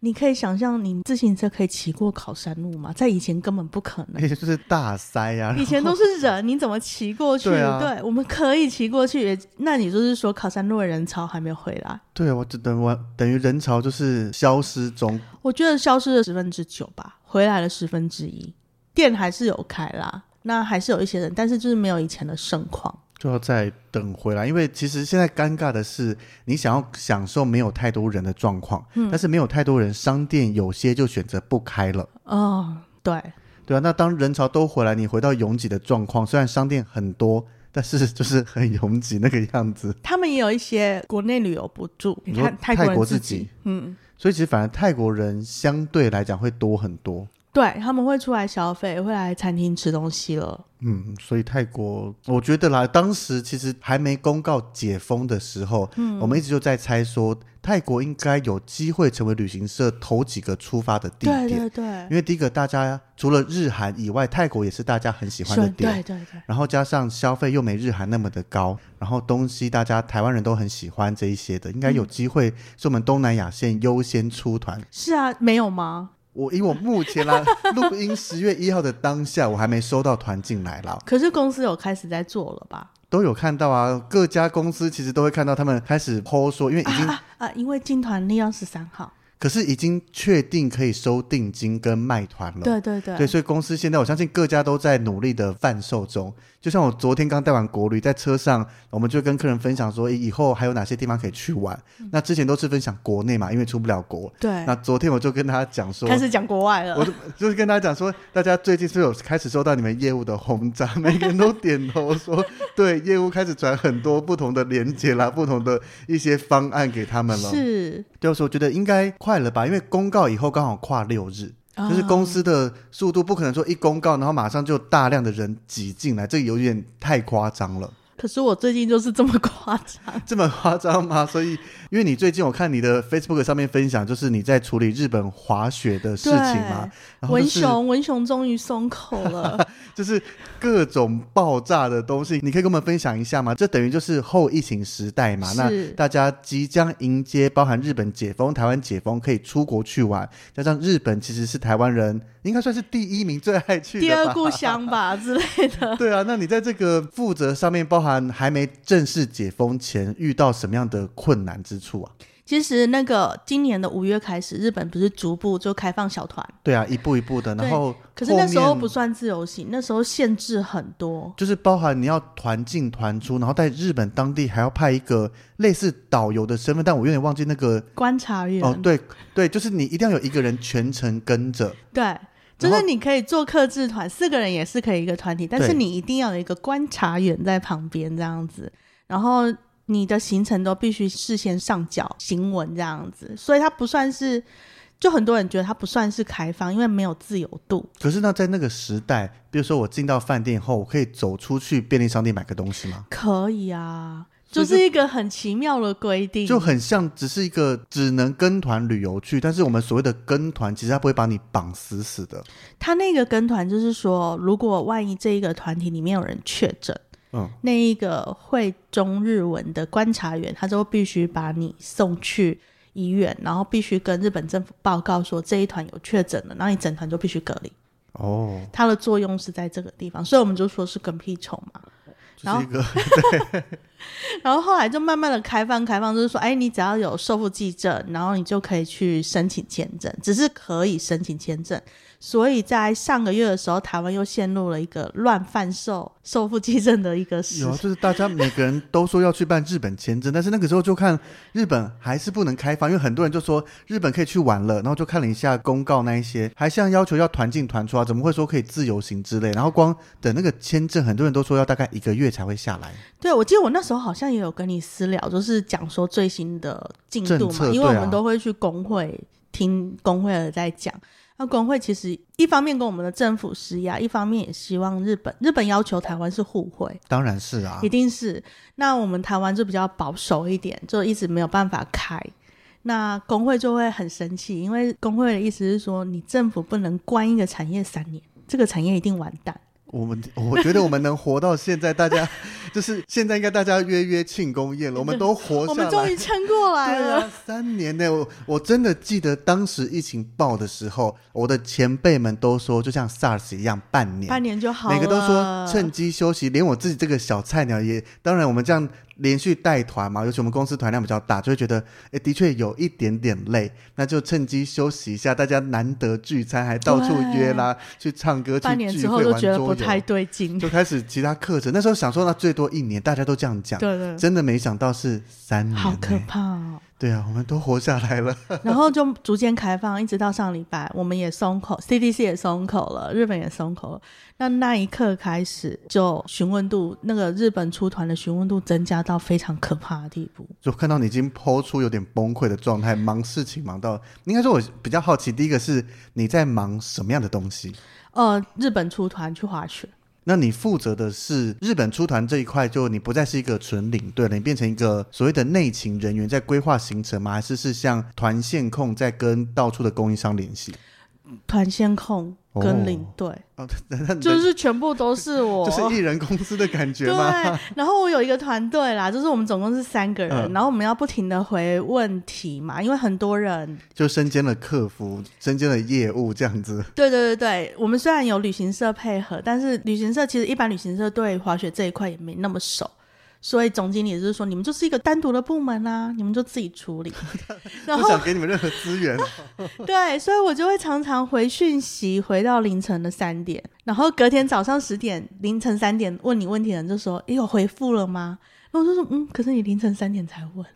B: 你可以想象你自行车可以骑过考山路吗？在以前根本不可能。
A: 也 就是大塞呀、啊，
B: 以前都是人，你怎么骑过去？
A: 对啊
B: 我们可以骑过去。也那你就是说，考山路的人潮还没有回来？
A: 对我只等我等于人潮就是消失中，
B: 我觉得消失了十分之九吧，回来了十分之一。店还是有开啦，那还是有一些人，但是就是没有以前的盛况。
A: 就要再等回来。因为其实现在尴尬的是，你想要享受没有太多人的状况，
B: 嗯
A: 但是没有太多人，商店有些就选择不开了。
B: 哦，对，
A: 对啊，那当人潮都回来，你回到拥挤的状况，虽然商店很多，但是 就是很拥挤那个样子。
B: 他们也有一些国内旅游补助，
A: 你
B: 你
A: 说
B: 看泰
A: 泰
B: 国人
A: 国
B: 自
A: 自己
B: 嗯，
A: 所以其实反而泰国人相对来讲会多很多。
B: 对，他们会出来消费，会来餐厅吃东西了。
A: 嗯，所以泰国，我觉得啦，当时其实还没公告解封的时候，嗯，我们一直就在猜说，泰国应该有机会成为旅行社头几个出发的地点，
B: 对对对
A: 因，为第一个大家除了日韩以外，泰国也是大家很喜欢的
B: 顺
A: 点，
B: 对对对，
A: 然后加上消费又没日韩那么的高，然后东西大家台湾人都很喜欢这一些的，应该有机会是我们东南亚线优先出团。
B: 是啊，没有吗？
A: 我以我目前啦录音十月一号的当下，我还没收到团进来啦，
B: 可是公司有开始在做了吧？
A: 都有看到啊，各家公司其实都会看到他们开始 PO 说，因为已经、
B: 啊啊，因为进团力要十三号，
A: 可是已经确定可以收定金跟卖团了。
B: 对对对，
A: 对，所以公司现在我相信各家都在努力的贩售中。就像我昨天刚带完国旅，在车上我们就跟客人分享说，诶以后还有哪些地方可以去玩。那之前都是分享国内嘛，因为出不了国。
B: 嗯对
A: 那昨天我就跟他讲说，
B: 开始讲国外了
A: 我。就就是跟他讲说，大家最近是不是有开始受到你们业务的轰炸，每个人都点头说，对，业务开始转很多不同的连接啦，不同的一些方案给他们了。
B: 是，
A: 就是我觉得应该快了吧，因为公告以后刚好跨六日，
B: 啊
A: 就是公司的速度不可能说一公告，然后马上就大量的人挤进来，这个有点太夸张 了。
B: 可是我最近就是这么夸张，
A: 这么夸张吗？所以，因为你最近我看你的 Facebook 上面分享，就是你在处理日本滑雪的事情嘛，然后
B: 文
A: 就是
B: 雄，文雄终于松口 了。
A: 就是各种爆炸的东西，你可以跟我们分享一下吗？这等于就是后疫情时代嘛，
B: 是
A: 那大家即将迎接包含日本解封、台湾解封，可以出国去玩，加上日本其实是台湾人应该算是第一名最爱去
B: 第
A: 的
B: 二
A: 吧。
B: 故乡吧之类的。
A: 对啊，那你在这个负责上面，包含还没正式解封前，遇到什么样的困难之处啊？
B: 其实那个今年的五月开始，日本不是逐步就开放小团，
A: 对啊，一步一步的，然
B: 对
A: 后
B: 可是那时候
A: 后面
B: 不算自由行，那时候限制很多。
A: 就是包含你要团进团出，然后在日本当地还要派一个类似导游的身份，但我有点忘记那个
B: 观察员，
A: 哦，对对，就是你一定要有一个人全程跟着，
B: 对，就是你可以做客制团，四个人也是可以一个团体，但是
A: 对
B: 你一定要有一个观察员在旁边这样子，然后你的行程都必须事先上缴行文这样子，所以它不算是，就很多人觉得它不算是开放，因为没有自由度。
A: 可是那在那个时代，比如说我进到饭店后，我可以走出去便利商店买个东西吗？
B: 可以啊，
A: 所
B: 就
A: 以
B: 是一个很奇妙的规定，
A: 就很像，只是一个只能跟团旅游去，但是我们所谓的跟团，其实他不会把你绑死死的。
B: 他那个跟团就是说，如果万一这一个团体里面有人确诊，
A: 嗯，
B: 那一个会中日文的观察员，他就必须把你送去医院，然后必须跟日本政府报告说这一团有确诊了，然后你整团就必须隔离。
A: 哦，
B: 它的作用是在这个地方，所以我们就说是跟屁虫嘛。
A: 就是
B: 然后
A: 一个
B: 然后后来就慢慢的开放，开放就是说，哎，你只要有受付记证，然后你就可以去申请签证，只是可以申请签证。所以在上个月的时候，台湾又陷入了一个乱贩售受付记证的一个时
A: 有啊，就是大家每个人都说要去办日本签证，但是那个时候就看日本还是不能开放，因为很多人就说日本可以去玩了，然后就看了一下公告那一些，还像要求要团进团出啊，怎么会说可以自由行之类？然后光等那个签证，很多人都说要大概一个月才会下来。
B: 对，我记得我那时候好像也有跟你私聊，就是讲说最新的进度
A: 政
B: 嘛，
A: 策
B: 因为我
A: 对啊
B: 们都会去工会听工会的在讲。那工会其实一方面跟我们的政府施压，一方面也希望日本，日本要求台湾是互惠，
A: 当然是啊
B: 一，定是。那我们台湾就比较保守一点，就一直没有办法开。那工会就会很生气，因为工会的意思是说，你政府不能关一个产业三年，这个产业一定完蛋。
A: 我们我觉得我们能活到现在，大家 就是现在应该大家约约庆功宴了，我们都活
B: 我
A: 下
B: 们终
A: 来
B: 于。撑过来
A: 对
B: 了。
A: 啊，三年内，我我真的记得当时疫情爆的时候，我的前辈们都说，就像 SARS 一样，半年，
B: 半年就好了。
A: 每个都说趁机休息，连我自己这个小菜鸟也，当然我们这样连续带团嘛，尤其我们公司团量比较大，就会觉得，哎，的确有一点点累，那就趁机休息一下。大家难得聚餐，还到处约啦，去唱歌、去
B: 半年
A: 聚
B: 之后
A: 会、
B: 就
A: 玩
B: 觉得
A: 桌
B: 不太
A: 游，
B: 对 劲。
A: 就开始其他课程。那时候想说，那最多一年，大家都这样讲，
B: 对对，
A: 真的没想到是三年、
B: 好可
A: 哎
B: 怕 哦。
A: 对啊，我们都活下来 了。
B: 然后就逐渐开放，一直到上礼拜，我们也松口，CDC 也松口了，日本也松口了。那那一刻开始，就询问度，那个日本出团的询问度增加到非常可怕的地步。
A: 就看到你已经抛出有点崩溃的状态，忙事情忙到，应该说我比较好奇，第一个是你在忙什么样的东西？
B: 呃，日本出团去滑雪，
A: 那你负责的是日本出团这一块，就你不再是一个纯领队了，你变成一个所谓的内勤人员，在规划行程吗？还是是像团线控在跟到处的供应商联系？
B: 团线控
A: 哦
B: 跟领队，
A: 哦，那那
B: 就是全部都是 我，
A: 就是艺人公司的感 觉
B: 哦对
A: 吗？，
B: 然后我有一个团队啦，就是我们总共是三个人，
A: 嗯
B: 然后我们要不停的回问题嘛，因为很多人，
A: 就身兼了客服，身兼了业务这样子。
B: 对对对对，我们虽然有旅行社配合，但是旅行社其实一般旅行社对滑雪这一块也没那么熟。所以总经理就是说，你们就是一个单独的部门啊，你们就自己 处理。然
A: 不
B: 后
A: 想给你们任何资源，
B: 对，所以我就会常常回讯息，回到凌晨的三点，然后隔天早上十点，凌晨三点问你问题的人就说：“诶，有回复了吗？”然后我就说：“嗯，可是你凌晨三点才问。”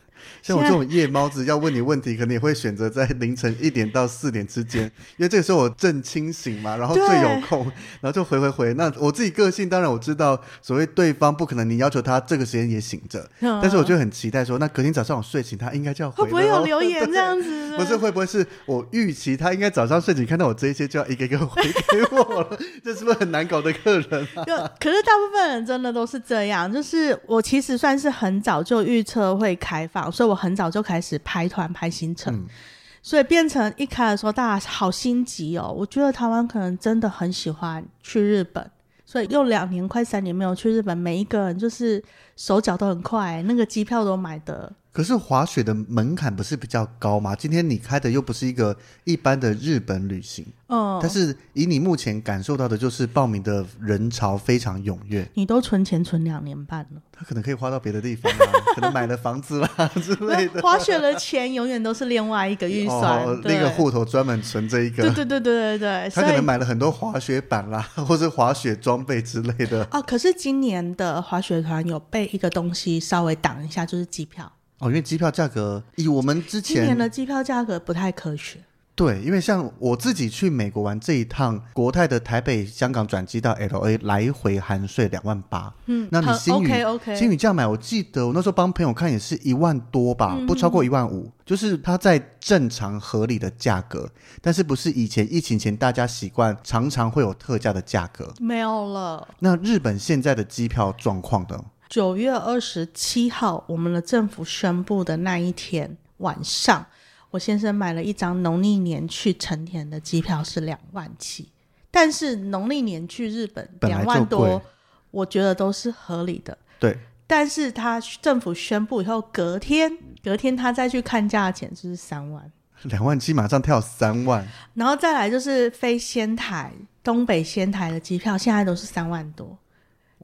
A: 像我这种夜猫子要问你问题，可能也会选择在凌晨一点到四点之间，因为这个时候我正清醒嘛，然后最有空，然后就回回回。那我自己个性，当然我知道，所谓对方不可能你要求他这个时间也醒着，
B: 嗯
A: 但是我就很期待说，那隔天早上我睡醒，他应该就要回
B: 会
A: 了
B: 不会有
A: 哦
B: 留言这样子？
A: 不是，会不会是我预期他应该早上睡醒看到我这一些就要一个一个回给我了？ 这是不是很难搞的客人啊？
B: 就可是大部分人真的都是这样。就是我其实算是很早就预测会开放，所以我很早就开始排团排行程，
A: 嗯
B: 所以变成一开始说大家好心急哦。我觉得台湾可能真的很喜欢去日本。所以又两年快三年没有去日本，每一个人就是手脚都很快、那个机票都买的
A: 可是滑雪的门槛不是比较高吗？今天你开的又不是一个一般的日本旅行。
B: 嗯，
A: 但是以你目前感受到的，就是报名的人潮非常踊跃，
B: 你都存钱存两年半了，
A: 他可能可以花到别的地方啊， 可能买了房子啊啦之类的。
B: 滑雪的钱永远都是另外一个预算，
A: 哦，
B: 对
A: 那个户头专门存这一
B: 对
A: 个，
B: 对对对对 对，
A: 他
B: 所
A: 可
B: 以
A: 能买了很多滑雪板啦，或是滑雪装备之类的。
B: 哦，可是今年的滑雪团有被一个东西稍微挡一下，就是机票。
A: 哦，因为机票价格以我们之
B: 今年
A: 前
B: 的机票价格不太科学。
A: 对，因为像我自己去美国玩这一趟，国泰的台北、香港转机到 L A 来回含税两万八，
B: 嗯
A: 那你
B: 很
A: 新宇
B: OK OK，
A: 新宇这样买，我记得我那时候帮朋友看也是一万多吧，不超过一万五，就是它在正常合理的价格，但是不是以前疫情前大家习惯常常会有特价的价格。
B: 没有了。
A: 那日本现在的机票状况呢？
B: 九月二十七号，我们的政府宣布的那一天晚上，我先生买了一张农历年去成田的机票，是两万七。但是农历年去日本
A: 本来
B: 两
A: 就
B: 万
A: 贵
B: 多，我觉得都是合理的。
A: 对，
B: 但是他政府宣布以后，隔天隔天他再去看价钱就是三万。
A: 两万七马上跳三万，
B: 然后再来就是飞仙台、东北仙台的机票，现在都是三万多，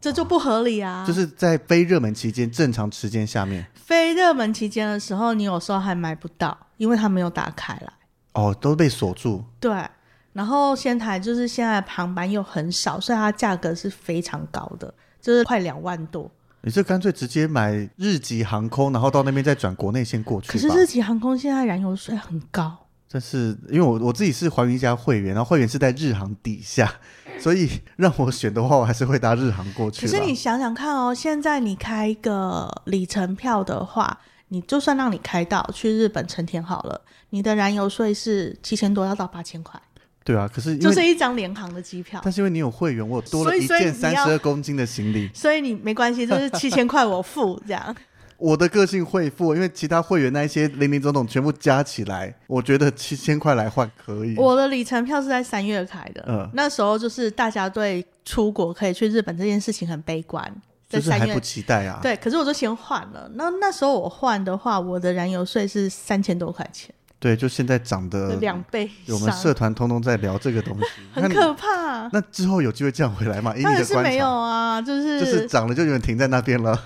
B: 这就不合理啊！
A: 就是在非热门期间正常时间下面，
B: 非热门期间的时候，你有时候还买不到，因为它没有打开来。
A: 哦，都被锁住。
B: 对，然后仙台就是现在航班又很少，所以它价格是非常高的，就是快两万多。
A: 你这干脆直接买日籍航空，然后到那边再转国内线过去吧。
B: 可是日籍航空现在燃油税很高，
A: 但是因为我我自己是寰宇一家会员，然后会员是在日航底下， 所以让我选的话，我还是会搭日航过去
B: 可
A: 啦。
B: 是你想想看哦，现在你开一个里程票的话，你就算让你开到去日本成田好了，你的燃油税是七千多，要到八千块，
A: 对啊，可是因为
B: 就是一张联航的机 票。
A: 但是因为你有会员，我多了
B: 所以
A: 一
B: 所以
A: 件
B: 你
A: 三十
B: 要
A: 二公斤的行李。
B: 所以你没关系，就是七千块我付 这样。
A: 我的个性会付，因为其他会员那一些零零总总全部加起来，我觉得七千块来换可以。
B: 我的里程票是在三月开的，
A: 嗯
B: 那时候就是大家对出国可以去日本这件事情很悲观，在
A: 就是
B: 三
A: 还
B: 月
A: 不期待啊。，
B: 对，可是我就先换了。那那时候我换的话，我的燃油税是三千多块钱，
A: 对，就现在涨
B: 就
A: 的，
B: 两倍以
A: 我们
B: 上，
A: 社团通通在聊这个东西。那
B: 很
A: 你
B: 可怕。
A: 那之后有机会降回来吗？以你
B: 当然
A: 的
B: 是
A: 观
B: 没有
A: 察，
B: 啊，就是、
A: 就是涨了就永远停在那边了。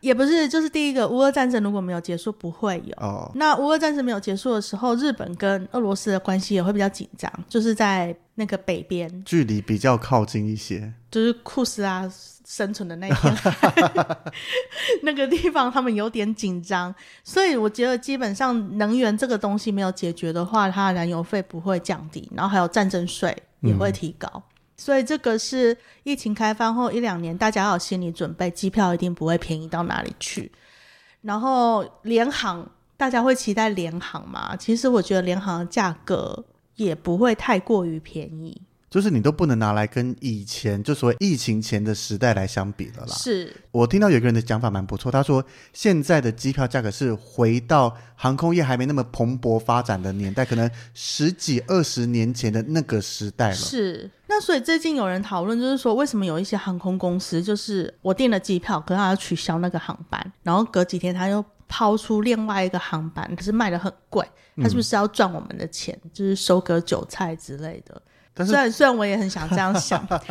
B: 也不是，就是第一个乌俄战争如果没有结束，不会有。
A: 哦，
B: 那乌俄战争没有结束的时候，日本跟俄罗斯的关系也会比较紧张，就是在那个北边，
A: 距离比较靠近一些。
B: 就是库斯拉生存的那一片 那个地方，他们有点紧张，所以我觉得基本上能源这个东西没有解决的话，它的燃油费不会降低，然后还有战争税也会提高。所以这个是疫情开放后一两年，大家要有心理准备，机票一定不会便宜到哪里去。然后联航，大家会期待联航嘛？其实我觉得联航的价格也不会太过于便宜，
A: 就是你都不能拿来跟以前，就所谓疫情前的时代来相比了啦。
B: 是
A: 我听到有一个人的讲法蛮不错，他说现在的机票价格是回到航空业还没那么蓬勃发展的年代，可能十几二十年前的那个时代了。
B: 是，那所以最近有人讨论，就是说为什么有一些航空公司，就是我订了机票，可是他要取消那个航班，然后隔几天他又抛出另外一个航班，可是卖的很贵，嗯他是不是要赚我们的钱，就是收割韭菜之类的？
A: 但是
B: 虽然虽然我也很想这样 想，但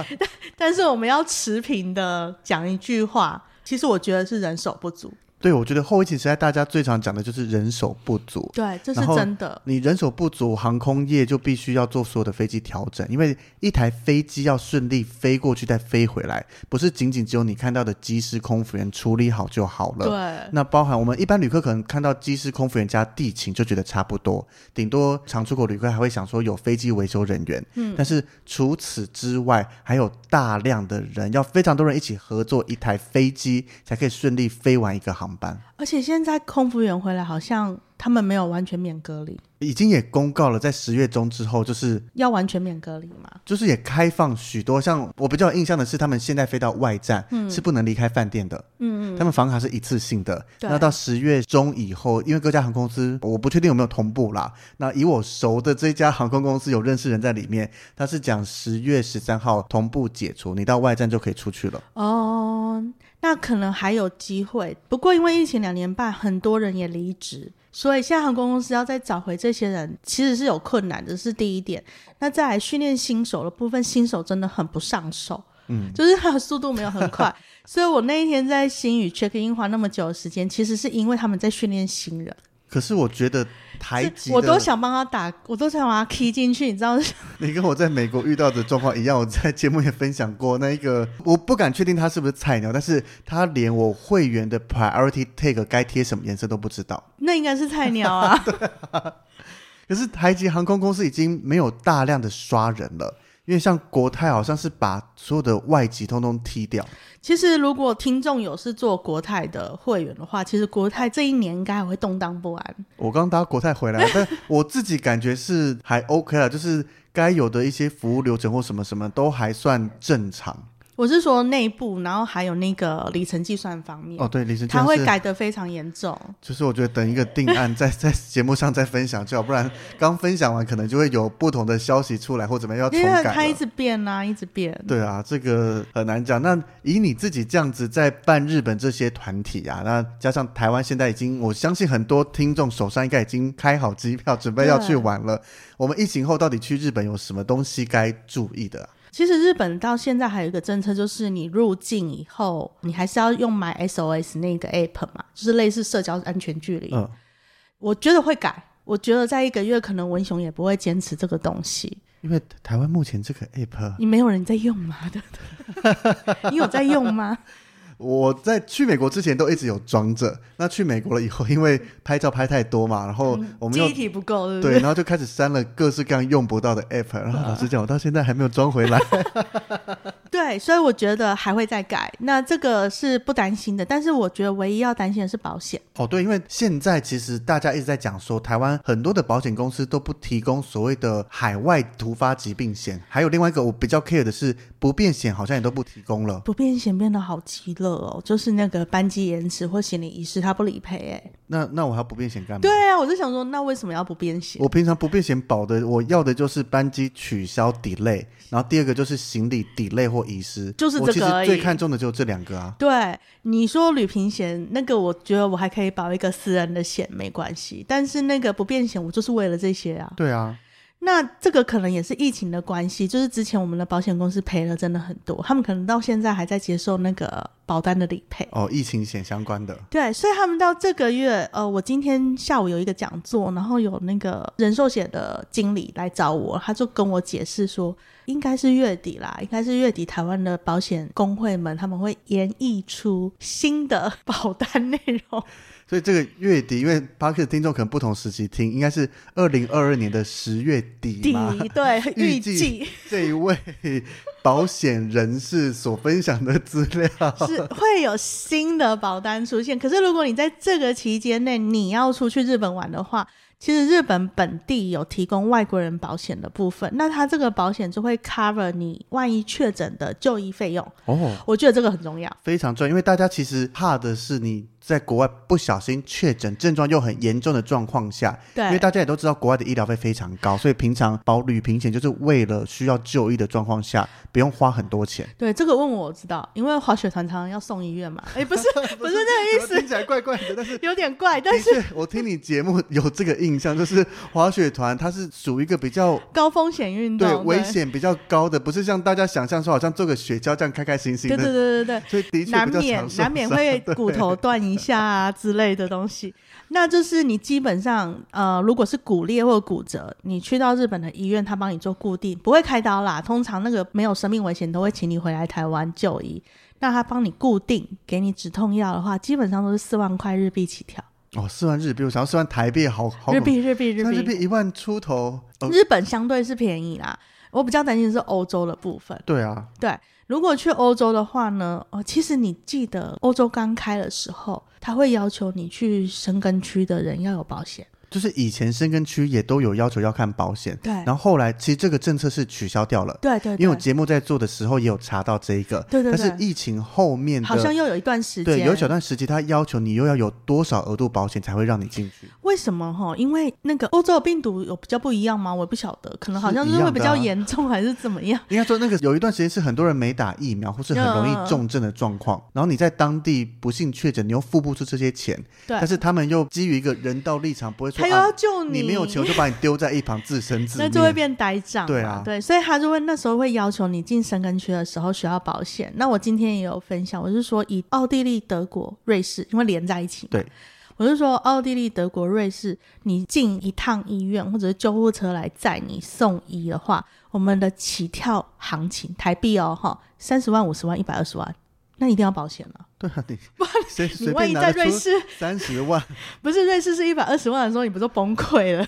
B: 但是我们要持平的讲一句话，其实我觉得是人手不足，
A: 对，我觉得后疫情时代大家最常讲的就是人手不足。
B: 对，这是
A: 然后
B: 真的。
A: 你人手不足，航空业就必须要做所有的飞机调整，因为一台飞机要顺利飞过去再飞回来，不是仅仅只有你看到的机师、空服员处理好就好了。
B: 对，
A: 那包含我们一般旅客可能看到机师、空服员加地勤就觉得差不多，顶多常出国旅客还会想说有飞机维修人员，嗯，但是除此之外还有大量的人，要非常多人一起合作一台飞机才可以顺利飞完一个航班。
B: 而且现在空服员回来好像他们没有完全免隔离，
A: 已经也公告了，在十月中之后，就是
B: 要完全免隔离吗？
A: 就是也开放许多，像我比较有印象的是，他们现在飞到外站、
B: 嗯
A: 是不能离开饭店的，嗯嗯，他们房卡是一次性的。
B: 对
A: 那到十月中以后，因为各家航空公司我不确定有没有同步啦。那以我熟的这一家航空公司有认识人在里面，他是讲十月十三号同步解除，你到外站就可以出去了。
B: 哦，那可能还有机会。不过因为疫情两年半，很多人也离职，所以现在航空公司要再找回这些人，其实是有困难的，是第一点。那再来训练新手的部分，新手真的很不上手。嗯，就是他的速度没有很快， 所以我那一天在新宇 check in 花那么久的时间，其实是因为他们在训练新人，
A: 可是我觉得台
B: 是
A: 籍
B: 我
A: 的
B: 都想帮他打，我都想把他 key 进去，你知道，
A: 你跟我在美国遇到的状况一样，我在节目也分享过那一个，我不敢确定他是不是菜鸟，但是他连我会员的 priority tag 该贴什么颜色都不知道。
B: 那应该是菜鸟啊，
A: 可是台籍航空公司已经没有大量的刷人了，因为像国泰好像是把所有的外籍通通踢掉。
B: 其实，如果听众有是做国泰的会员的话，其实国泰这一年应该还会动荡不安。
A: 我刚搭国泰回来，但我自己感觉是还 OK 了，就是该有的一些服务流程或什么什么都还算正常。
B: 我是说内部，然后还有那个里程计算方面，
A: 哦，对，李晨，
B: 它会改得非常严重。
A: 就是我觉得等一个定案 再在节目上再分享就好，不然刚分享完可能就会有不同的消息出来或怎么样要重
B: 因为它
A: 改
B: 一
A: 了。
B: 直变啊，一直变。
A: 对啊，这个很难讲。那以你自己这样子在办日本这些团体啊，那加上台湾现在已经，我相信很多听众手上应该已经开好机票，准备要去玩了。我们疫情后到底去日本有什么东西该注意的啊、
B: 其实日本到现在还有一个政策，就是你入境以后，你还是要用买 SOS 那个 app 嘛，就是类似社交安全距离。
A: 嗯，
B: 我觉得会改，我觉得在一个月可能文雄也不会坚持这个东西。
A: 因为台湾目前这个 app
B: 你没有人在用吗？ 你有在用吗？
A: 我在去美国之前都一直有装着，那去美国了以后，因为拍照拍太多嘛，然后我们
B: 记
A: 又
B: 忆嗯体不够，对不
A: 对，
B: 对？啊
A: 然后就开始删了各式各样用不到的 app，然后老实讲，我到现在还没有装回来。
B: 对，所以我觉得还会再改，那这个是不担心的。但是我觉得唯一要担心的是保险。
A: 哦，对，因为现在其实大家一直在讲说，台湾很多的保险公司都不提供所谓的海外突发疾病险，还有另外一个我比较 care 的是不变险，好像也都不提供了。
B: 不变险变得好极乐哦，就是那个班机延迟或行李遗失，他不理赔哎。
A: 那那我还要不变险干嘛？
B: 对啊，我就想说，那为什么要不变险？
A: 我平常不变险保的，我要的就是班机取消 delay，然后第二个就是行李 delay 或遗失，
B: 就是这个
A: 我其
B: 而
A: 实
B: 已
A: 最看重的就是这两个啊。
B: 对你说旅行险那个，我觉得我还可以保一个私人的险，没关系。但是那个不变险，我就是为了这些啊。
A: 对啊，
B: 那这个可能也是疫情的关系，就是之前我们的保险公司赔了真的很多，他们可能到现在还在接受那个保单的理赔。
A: 哦，疫情险相关的，
B: 对，所以他们到这个月，呃，我今天下午有一个讲座，然后有那个人寿险的经理来找我，他就跟我解释说，应该是月底啦，应该是月底台湾的保险工会们他们会研议出新的保单内容。
A: 所以这个月底，因为 p a r k e 听众可能不同时期听，应该是二零二二年的十月底
B: 底
A: 嘛。
B: 对
A: 预
B: 预
A: 计
B: 计
A: 这一位保险人士所分享的资料，
B: 是会有新的保单出现。可是如果你在这个期间内你要出去日本玩的话，其实日本本地有提供外国人保险的部分，那它这个保险就会 cover 你万一确诊的就医费用。
A: 哦，
B: 我觉得这个很重要。
A: 非常重要，因为大家其实怕的是你在国外不小心确诊，症状又很严重的状况下，因为
B: 对，
A: 大家也都知道国外的医疗费非常高，所以平常保旅平险就是为了需要就医的状况下，不用花很多钱。
B: 对，这个问我我知道，因为滑雪团常常要送医院嘛。哎、 不是不是这个意
A: 怎么听
B: 思，
A: 起来怪怪的，但是。
B: 有点怪，但
A: 的
B: 是
A: 确，我听你节目有这个印象，就是滑雪团它是属于一个比较
B: 高风险运动
A: 对
B: 对
A: 危。险比较高的，不是像大家想象说好像坐个雪橇这样开开心心
B: 对
A: 的，
B: 对对对对，
A: 所以的确
B: 难
A: 比较
B: 免
A: 常受
B: 难免
A: 伤
B: 会骨头断一下啊之类的东西。那就是你基本上呃，如果是骨裂或骨折，你去到日本的医院，他帮你做固定，不会开刀啦。通常那个没有生命危险，都会请你回来台湾就医。那他帮你固定，给你止痛药的话，基本上都是四万块日币起跳，
A: 哦，四万日币，我想要四万台币，好好
B: 日币日币
A: 恐
B: 日
A: 怖，
B: 币
A: 日币一万出头，呃，
B: 日本相对是便宜啦。我比较担心的是欧洲的部分。
A: 对啊，
B: 对，如果去欧洲的话呢，哦，其实你记得欧洲刚开的时候，他会要求你去深根区的人要有保险。
A: 就是以前深根区也都有要求要看保险，
B: 对
A: 然后后来其实这个政策是取消掉了，
B: 哎对对
A: 因为我节目在做的时候也有查到这一个，
B: 对对对
A: 但是疫情后面的
B: 好像又有一段时间，
A: 对有一小段时期，它要求你又要有多少额度保险才会让你进去，
B: 为什么哈？因为那个欧洲的病毒有比较不一样吗？我也不晓得，可能好像
A: 是一
B: 是会
A: 样
B: 比
A: 的
B: 较
A: 啊
B: 严重还是怎么样。
A: 应该说，那个有一段时间是很多人没打疫苗，或是很容易重症的状
B: 嗯
A: 况。然后你在当地不幸确诊，你又付不出这些钱，
B: 对
A: 但是他们又基于一个人道立场，不会说
B: 他又要
A: 啊，
B: 救
A: 你没有钱，我就把你丢在一旁自生自灭。
B: 那就会变呆账嘛。
A: 对啊
B: 对，所以他就会那时候会要求你进深根区的时候需要保险。那我今天也有分享，我是说以奥地利、德国、瑞士，因为连在一起嘛。
A: 对。
B: 我是说，奥地利、德国、瑞士，你进一趟医院或者是救护车来载你送医的话，我们的起跳行情台币哦，哈，三十万、五十万、一百二十万，那一定要保险了。
A: 对啊， 你谁
B: 你
A: 随
B: 万
A: 便
B: 一
A: 拿
B: 在
A: 得
B: 瑞
A: 出
B: 士，
A: 三十万，
B: 不是瑞士是一百二十万的时候，你不就崩溃了？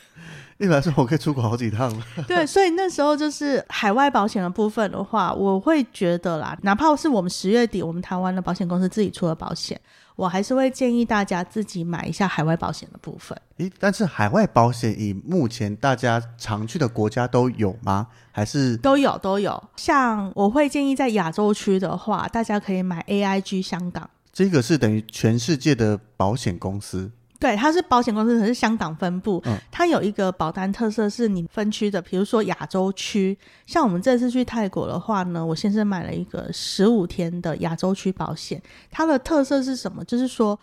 A: 一百说我可以出国好几趟了。
B: 对，所以那时候就是海外保险的部分的话，我会觉得啦，哪怕是我们十月底我们台湾的保险公司自己出了保险，我还是会建议大家自己买一下海外保险的部分。
A: 咦，但是海外保险以目前大家常去的国家都有吗？还是
B: 都有都有，像我会建议在亚洲区的话，大家可以买 AIG 香港，
A: 这个是等于全世界的保险公司？
B: 对，它是保险公司，可是香港分部，
A: 嗯
B: 它有一个保单特色是你分区的，比如说亚洲区，像我们这次去泰国的话呢，我先生买了一个十五天的亚洲区保险，它的特色是什么？就是说，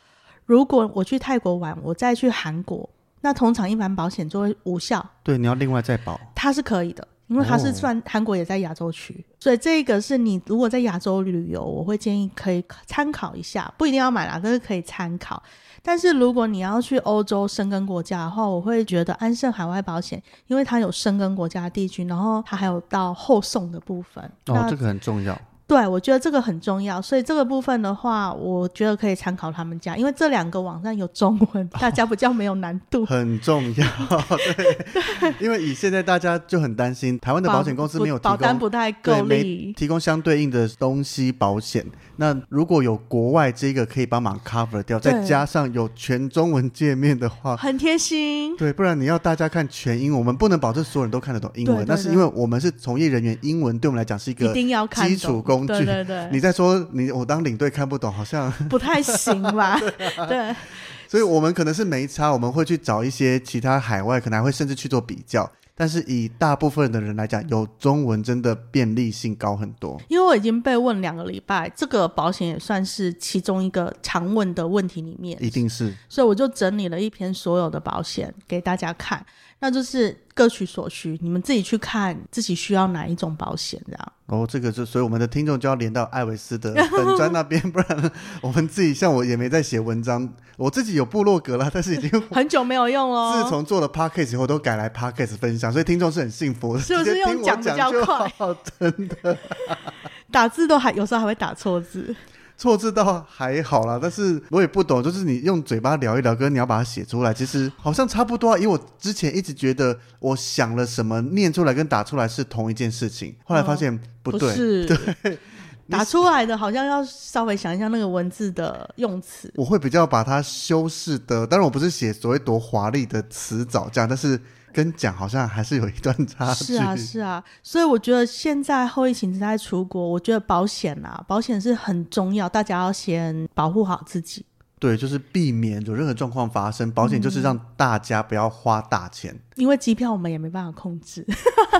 B: 如果我去泰国玩，我再去韩国，那通常一般保险就会无效，
A: 对，你要另外再保。
B: 它是可以的。因为它是
A: 哦
B: 算韩国也在亚洲区，所以这个是你如果在亚洲旅游，我会建议可以参考一下，不一定要买啦，但是可以参考。但是如果你要去欧洲生根国家的话，我会觉得安盛海外保险，因为它有生根国家地区，然后它还有到后送的部分。
A: 哦
B: 那，
A: 这个很重要。
B: 对，我觉得这个很重要，所以这个部分的话，我觉得可以参考他们家，因为这两个网站有中文，大家比较没有难 度。
A: 很重要，对， 因为以现在大家就很担心，台湾的保险公司没有提
B: 保单
A: 供
B: 不太
A: 对
B: 够
A: 没
B: 力，
A: 提供相对应的东西保险。那如果有国外这个可以帮忙 cover 掉，
B: 对
A: 再加上有全中文界面的话，
B: 很贴心。
A: 对，不然你要大家看全英文，我们不能保证所有人都看得懂英文。
B: 对对
A: 那是
B: 对
A: 因为我们是从业人员，英文对我们来讲是一
B: 一
A: 个
B: 定要看懂
A: 基础工具。
B: 对对对，
A: 你在说你我当领队看不懂，好像，
B: 不太行 吧？对
A: 所以我们可能是没差，我们会去找一些其他海外，可能还会甚至去做比较。但是以大部分的人来讲，有中文真的便利性高很多。
B: 因为我已经被问两个礼拜，这个保险也算是其中一个常问的问题里面，
A: 一定是
B: 所以我就整理了一篇所有的保险给大家看，那就是各取所需，你们自己去看自己需要哪一种保险，这样。
A: 哦，这个就所以我们的听众就要连到艾维 斯的本专那边，不然我们自己像我也没在写文章，我自己有部落格啦，但是已经
B: 很久没有用喽，
A: 自从做了 podcast 以后都改来 podcast 分享，所以听众是很幸福的，
B: 是不是
A: 直接听
B: 用
A: 我
B: 讲
A: 讲
B: 比较
A: 就
B: 快
A: 好？真的
B: 打字都还有时候还会打错字，
A: 错字倒还好啦，但是我也不懂，就是你用嘴巴聊一聊，跟你要把它写出来，其实好像差不多、啊。因为我之前一直觉得我想了什么，念出来跟打出来是同一件事情，后来发现不 对。
B: 哦是。打出来的好像要稍微想一下那个文字的用词，
A: 我会比较把它修饰的，当然我不是写所谓多华丽的词藻这样，但是跟讲好像还是有一段差距。
B: 是啊，是啊，所以我觉得现在后疫情时代出国，我觉得保险啊，保险是很重要，大家要先保护好自己。
A: 对，就是避免有任何状况发生。保险就是
B: 嗯
A: 让大家不要花大钱，
B: 因为机票我们也没办法控制，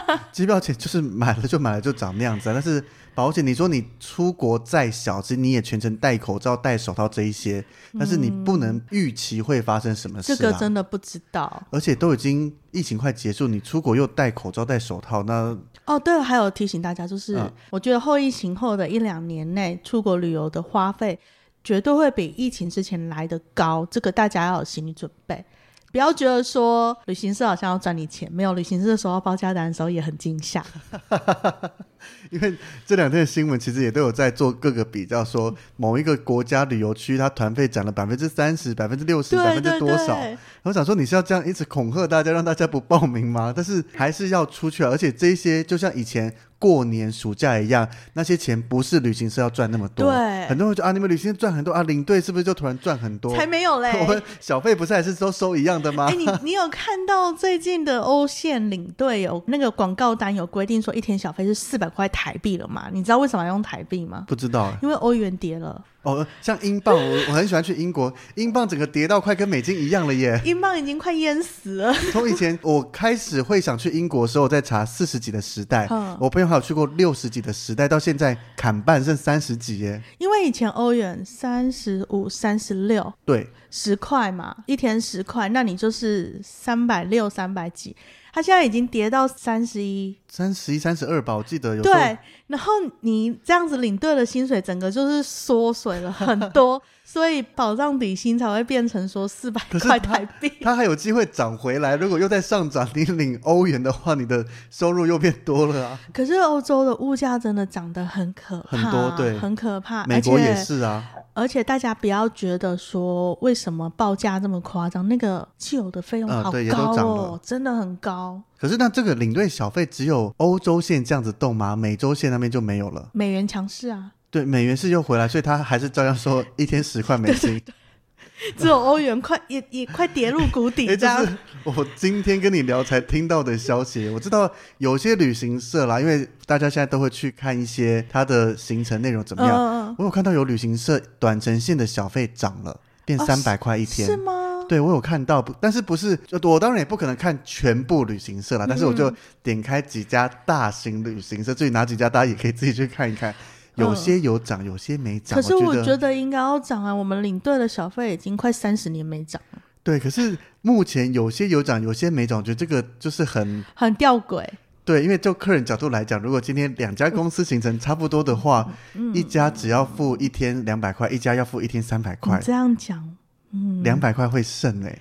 A: 啊 机票钱就是买了就买了就长那样子啊、但是保险，你说你出国再小，其实你也全程戴口罩、戴手套这一些，但是你不能预期会发生什么事、
B: 嗯这
A: 啊。
B: 个真的不知道。
A: 而且都已经疫情快结束，你出国又戴口罩、戴手套，那
B: 哦，对了，还有提醒大家，就是、
A: 嗯
B: 我觉得后疫情后的一两年内，出国旅游的花费绝对会比疫情之前来的高，这个大家要有心理准备。不要觉得说旅行社好像要赚你钱，没有旅行社收到报价单的时候也很惊吓。
A: 因为这两天的新闻其实也都有在做各个比较，说某一个国家旅游区它团费涨了百分之三十、百分之六十、百
B: 对
A: 分之
B: 对
A: 多少。
B: 对，
A: 我想说，你是要这样一直恐吓大家，让大家不报名吗？但是还是要出去啊！而且这些就像以前过年暑假一样，那些钱不是旅行社要赚那么多。
B: 对
A: 很多人就啊，你们旅行社赚很多啊，领队是不是就突然赚很 多？
B: 才没有嘞。
A: 我们小费不是还是都收一样的吗？
B: 哎、你你有看到最近的欧线领队有那个广告单有规定说一天小费是四百块台币了嘛？你知道为什么要用台币吗？
A: 不知道哎
B: 因为欧元跌了，
A: 哦，像英镑，我我很喜欢去英国，英镑整个跌到快跟美金一样了 耶。
B: 英镑已经快淹死了。
A: 从以前我开始会想去英国的时候，我在查四十几的时代
B: 嗯，
A: 我朋友还有去过六十几的时代，到现在砍半剩三十几耶。
B: 因为以前欧元三十五、三十六
A: 对，
B: 十块嘛，一天十块，那你就是三百六、三百几。它现在已经跌到三十一，
A: 三十一、三十二吧，我记得有时候
B: 对。然后你这样子领队的薪水，整个就是缩水 了很多，所以保障底薪才会变成说四百
A: 可是
B: 块
A: 它
B: 台 币。
A: 它还有机会涨回来。如果又再上涨，你领欧元的话，你的收入又变多了啊。
B: 可是欧洲的物价真的涨得很可怕，
A: 很多对
B: 很可怕。
A: 美国
B: 而且
A: 也是啊，
B: 而且大家不要觉得说为什么报价这么夸张，那个汽油的费用
A: 嗯
B: 好
A: 对也都
B: 高
A: 涨
B: 哦，
A: 了
B: 真的很高。
A: 可是那这个领队小费只有欧洲线这样子动吗？美洲线那边就没有了。
B: 美元强势啊，
A: 对，美元是又回来，所以他还是照样收一天十块美 金。
B: 只有欧元快也也快跌入谷 底
A: 诶
B: 这
A: 哎这
B: 样。
A: 是我今天跟你聊才听到的消息。我知道有些旅行社啦，因为大家现在都会去看一些它的行程内容怎么样。
B: 嗯，
A: 我有看到有旅行社短程线的小费涨了，变
B: 哦
A: 三百块一天。
B: 是吗？
A: 对，我有看到，不但是不是就我当然也不可能看全部旅行社啦，但是我就
B: 嗯
A: 点开几家大型旅行社，至于哪几家，大家也可以自己去看一看。有些有涨，有些没涨。
B: 嗯可是我
A: 觉
B: 觉得应该要涨啊！我们领队的小费已经快三十年没涨了，
A: 对，可是目前有些有涨，有些没涨，我觉得这个就是很
B: 很吊诡。
A: 对，因为就客人角度来讲，如果今天两家公司行程差不多的话，
B: 嗯
A: 一家只要付一天两百块，一家要付一天三百
B: 你
A: 块，
B: 这样讲，嗯，
A: 两百块会剩哎、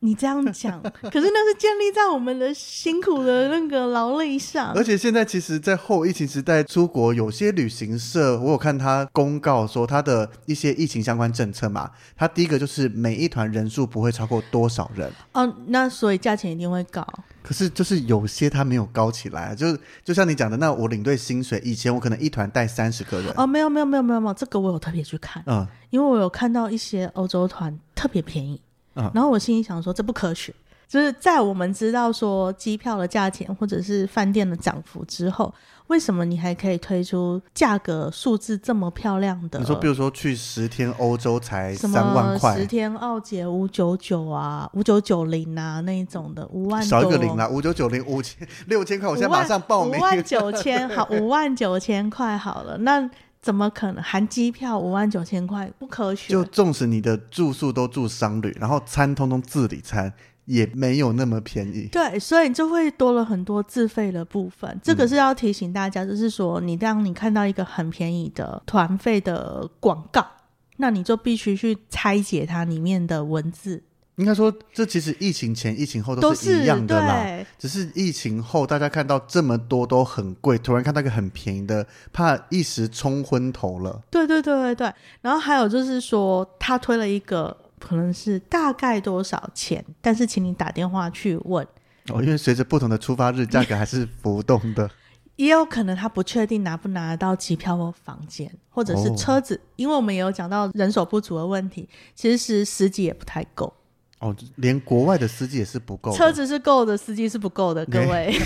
B: 你这样讲，可是那是建立在我们的辛苦的那个劳累上
A: 而。且现在其实，在后疫情时代，出国有些旅行社，我有看他公告说他的一些疫情相关政策嘛。他第一个就是每一团人数不会超过多少人，
B: 哦，那所以价钱一定会高。
A: 可是就是有些他没有高起来，啊就就像你讲的，那我领队薪水，以前我可能一团带三十个人，
B: 哦，没有没有没有没有没有，这个我有特别去看，
A: 嗯，
B: 因为我有看到一些欧洲团特别便宜，
A: 嗯
B: 然后我心里想说这不科学。就是在我们知道说机票的价钱或者是饭店的涨幅之后，为什么你还可以推出价格数字这么漂亮的？
A: 你说比如说去十天欧洲才
B: 什
A: 三万
B: 么十
A: 块，
B: 天奥捷五九九啊，五九九零啊那一种的，五万多
A: 少一个零啦，五九九零五千六千块，我现在马上报名
B: 五，万九千， 好，五万九千块好了，那怎么可能含机票五万九千块不科学？
A: 就纵使你的住宿都住商旅，然后餐通通自理餐，也没有那么便宜。
B: 对，所以就会多了很多自费的部分。这
A: 嗯
B: 个是要提醒大家，就是说，你当你看到一个很便宜的团费的广告，那你就必须去拆解它里面的文字，
A: 应该说，这其实疫情前、疫情后
B: 都
A: 是一样的啦。
B: 对
A: 只是疫情后，大家看到这么多都很贵，突然看到一个很便宜的，怕一时冲昏头了。
B: 对对对对对。然后还有就是说，他推了一个可能是大概多少钱，但是请你打电话去问，
A: 哦，因为随着不同的出发日，价格还是浮动 的。
B: 也有可能他不确定拿不拿得到机票或房间，或者是
A: 哦
B: 车子，因为我们也有讲到人手不足的问题，其实司机也不太够，
A: 哦，连国外的司机也是不够的。
B: 车子是够的，司机是不够的，各位，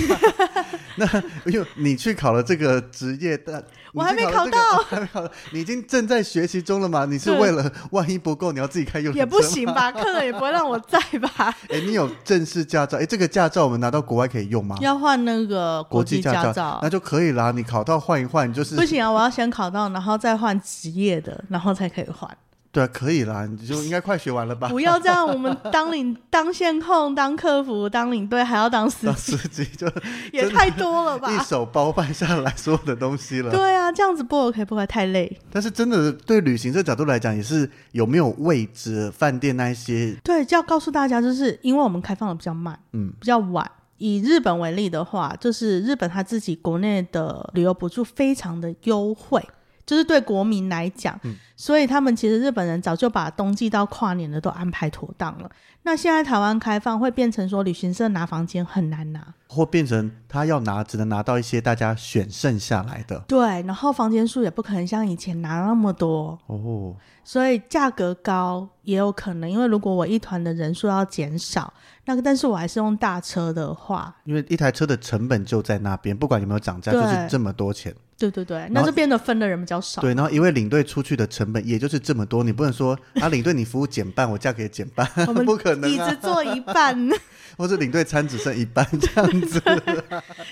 A: 因为哎你去考了这个职业的，
B: 我还没
A: 你去了这个
B: 考到
A: 还没考到，你已经正在学习中了嘛？你是
B: 对
A: 为了万一不够，你要自己开游
B: 也
A: 览
B: 不
A: 车吗？
B: 行 吧？客人也不会让我在吧？
A: 哎，你有正式驾照？哎，这个驾照我们拿到国外可以用吗？
B: 要换那个国际
A: 啊驾
B: 驾
A: 那就可以啦。你考到换一换，就是
B: 不行啊！我要先考到，然后再换职业的，然后才可以 换。
A: 对啊，可以啦，你就应该快学完了吧？
B: 不要这样，我们当领、当线控、当客服、当领队，还要当司
A: 当
B: 机，
A: 司机就
B: 也
A: 真的
B: 太多了
A: 一
B: 吧？
A: 手包办下来所有的东西了。
B: 对啊，这样子不 OK，不会太累。
A: 但是真的对旅行社角度来讲，也是有没有位置、饭店那一些，
B: 对，就要告诉大家，就是因为我们开放的比较慢，
A: 嗯，
B: 比较晚。以日本为例的话，就是日本他自己国内的旅游补助非常的优惠，就是对国民来讲，所以他们其实日本人早就把冬季到跨年的都安排妥当了。那现在台湾开放，会变成说旅行社拿房间很难拿，
A: 或变成他要拿，只能拿到一些大家选剩下来的。
B: 对，然后房间数也不可能像以前拿那么多，
A: 哦，
B: 所以价格高也有可能。因为如果我一团的人数要减少，那个但是我还是用大车的话，
A: 因为一台车的成本就在那边，不管有没有涨价，
B: 对
A: 就是这么多钱。
B: 对对对，
A: 然
B: 那
A: 后
B: 就变得分的人比较少。
A: 对，然后一位领队出去的成本也就是这么多，你不能说啊，领队你服务减半，我价格也减半，
B: 我们
A: 不可能
B: 椅
A: 啊
B: 子，坐一半，
A: 或者领队餐只剩一半这样 子。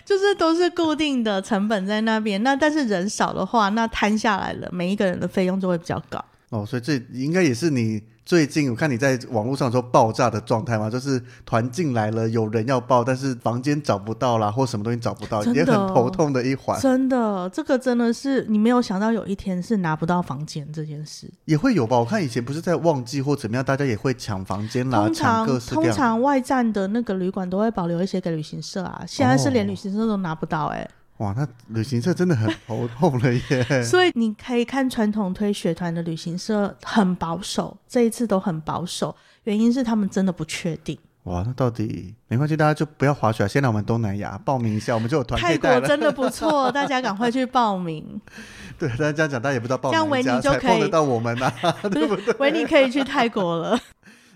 B: 就是都是固定的成本在那边。那但是人少的话，那摊下来了，每一个人的费用就会比较高。
A: 哦，所以这应该也是你最近我看你在网络上说爆炸的状态嘛，就是团进来了，有人要报，但是房间找不到啦，或什么东西找不到，
B: 真的
A: 也很头痛的一环，
B: 真的，这个真的是你没有想到有一天是拿不到房间这件事。
A: 也会有吧？我看以前不是在旺季或怎么样，大家也会抢房间啦，
B: 通
A: 抢
B: 常
A: 各式各
B: 通
A: 样的。
B: 常外站的那个旅馆都会保留一些给旅行社啊，现在是连
A: 哦
B: 旅行社都拿不到哎、
A: 哇，那旅行社真的很头痛了耶！
B: 所以你可以看传统推雪团的旅行社很保守，这一次都很保守，原因是他们真的不确定。
A: 哇，那到底没关系，大家就不要滑雪啊，先来我们东南亚报名一下，我们就有团可
B: 泰
A: 以带
B: 国
A: 了。
B: 真的不 错，大家赶快去报名。
A: 对，但是这样讲，大家也不知道报
B: 这样
A: 哪一
B: 维尼
A: 家
B: 就
A: 才
B: 可
A: 碰得
B: 以
A: 到我们啊。
B: 维尼可以去泰国了。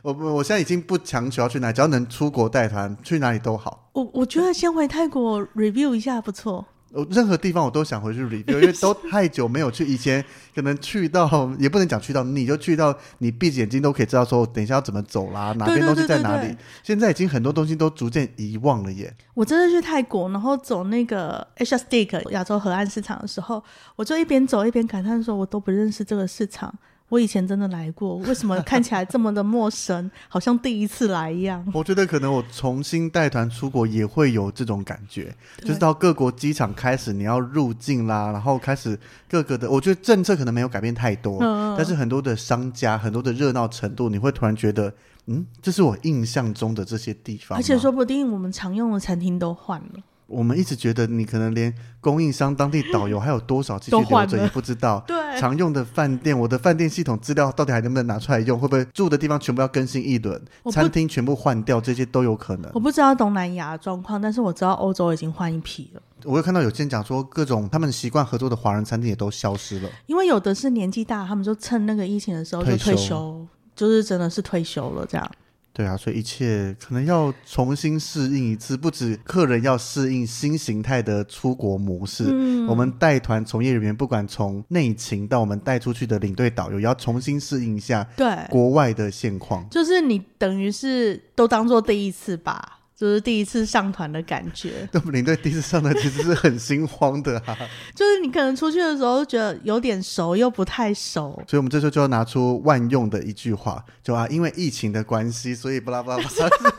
A: 我我我现在已经不强求要去哪，只要能出国带团，去哪里都好。
B: 我我觉得先回泰国 review 一下不错。
A: 我任何地方我都想回去 review，因为都太久没有去，以前可能去到也不能讲去到腻，就去到你闭着眼睛都可以知道说等一下要怎么走啦，哪边
B: 对对
A: 东西在
B: 对对
A: 哪里。
B: 对
A: 现在已经很多东西都逐渐遗忘了耶。
B: 我这次去泰国，然后走那个 Asia Stick 亚洲河岸市场的时候，我就一边走一边感叹说：“我都不认识这个市场，我以前真的来过，为什么看起来这么的陌生， 好像第一次来一样
A: 我觉得可能我重新带团出国也会有这种感觉，
B: 对
A: 就是到各国机场开始你要入境啦，然后开始各个的，我觉得政策可能没有改变太多，
B: 嗯嗯嗯
A: 但是很多的商家、很多的热闹程度，你会突然觉得嗯，这是我印象中的这些地方吗。
B: 而且说不定我们常用的餐厅都换了，
A: 我们一直觉得你可能连供应商、当地导游还有多少继续
B: 都换
A: 留着也
B: 了
A: 不知道。
B: 对，
A: 常用的饭店，我的饭店系统资料到底还能不能拿出来用？会不会住的地方全部要更新一轮，
B: 我不
A: 餐厅全部换掉，这些都有可能
B: 我。不知道东南亚的状况，但是我知道欧洲已经换一批了，
A: 我有看到有些人讲说，各种他们习惯合作的华人餐厅也都消失了。
B: 因为有的是年纪大，他们就趁那个疫情的时候就
A: 退
B: 退
A: 休
B: 休，就是真的是退休了这样。
A: 对啊，所以一切可能要重新适应一次，不止客人要适应新形态的出国模式。
B: 嗯
A: 我们带团从业人员，不管从内勤到我们带出去的领队导游，也要重新适应一下
B: 对，
A: 国外的现况。。
B: 就是你等于是都当做第一次吧，就是第一次上团的感觉
A: 那么领队第一次上来其实是很心慌的啊，
B: 就是你可能出去的时候觉得有点熟又不太熟，
A: 所以我们这时候就要拿出万用的一句话，就啊，因为疫情的关系，所以巴拉巴拉巴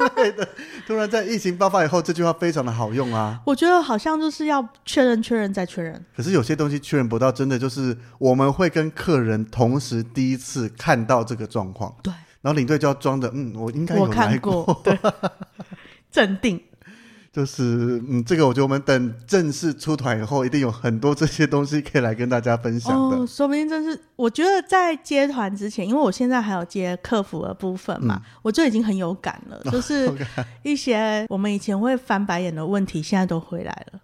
A: 拉之类的。 突然在疫情爆发以后，这句话非常的好用啊。
B: 我觉得好像就是要确认、确认再确认。
A: 可是有些东西确认不到，真的就是我们会跟客人同时第一次看到这个状况，
B: 对，
A: 然后领队就要装的，嗯，我应该有
B: 我
A: 来
B: 看过，对，镇定。
A: 就是嗯，这个我觉得我们等正式出团以后，一定有很多这些东西可以来跟大家分享的。
B: 哦，说不定真是，我觉得在接团之前，因为我现在还有接客服的部分嘛，
A: 嗯
B: 我就已经很有感了，
A: 哦
B: 就是一些我们以前会翻白眼的问题，现在都回来了，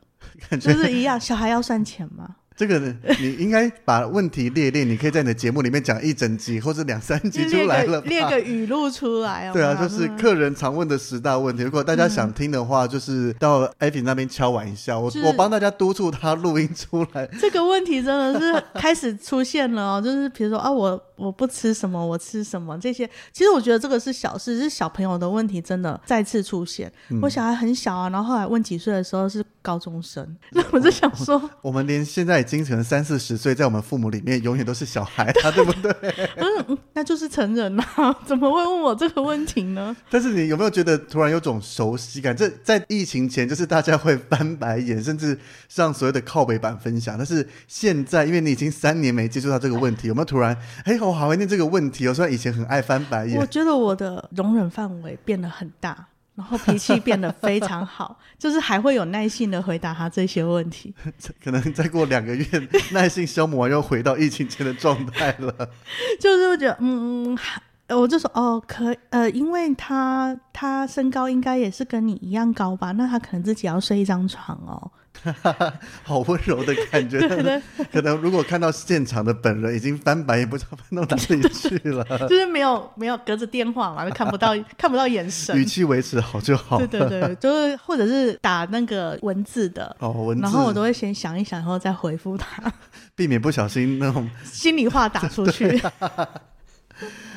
A: 感觉
B: 就是一样，小孩要算钱吗？
A: 这个呢，你应该把问题列列，你可以在你的节目里面讲一整集或者两三集出来了吧。
B: 列个列个语录出来 哦。
A: 对啊，就是客人常问的十大问题。如果大
B: 嗯
A: 家想听的话，就是到艾比那边敲碗一下，我
B: 就是
A: 我帮大家督促他录音出来。
B: 这个问题真的是开始出现了哦，就是比如说啊，我我不吃什么，我吃什么这些，其实我觉得这个是小事，是小朋友的问题，真的再次出现。我小孩很小啊，然后后来问几岁的时候是高中生，那 我就想说，
A: 我们连现在已经可能三四十岁，在我们父母里面永远都是小孩啊，对不对？
B: 嗯，嗯那就是成人啦、 怎么会问我这个问题呢？
A: 但是你有没有觉得突然有种熟悉感？这在疫情前就是大家会翻白眼，甚至上所谓的靠北版分享。但是现在，因为你已经三年没接触到这个问题，有没有突然哎，我好怀念这个问题哦？虽然以前很爱翻白
B: 我
A: 眼，
B: 觉得我的容忍范围变得很大。然后脾气变得非常好， 就是还会有耐心的回答他这些问题。
A: 可能再过两个月，耐性消磨完又回到疫情前的状态了。
B: 就是会觉得，嗯，还我就说，哦，可以呃，因为他他身高应该也是跟你一样高吧，那他可能自己要睡一张床哦。
A: 好温柔的感觉，但是可能如果看到现场的本人，已经翻白眼，不知道翻到哪里去了。
B: 就是没有没有隔着电话嘛，就 看不到看不到眼神
A: 语。气维持好就好。
B: 对对对，就是或者是打那个文字的。
A: 哦，文字，
B: 然后我都会先想一想，然后再回 复他，
A: 避免不小心那种。
B: 心里话打出去。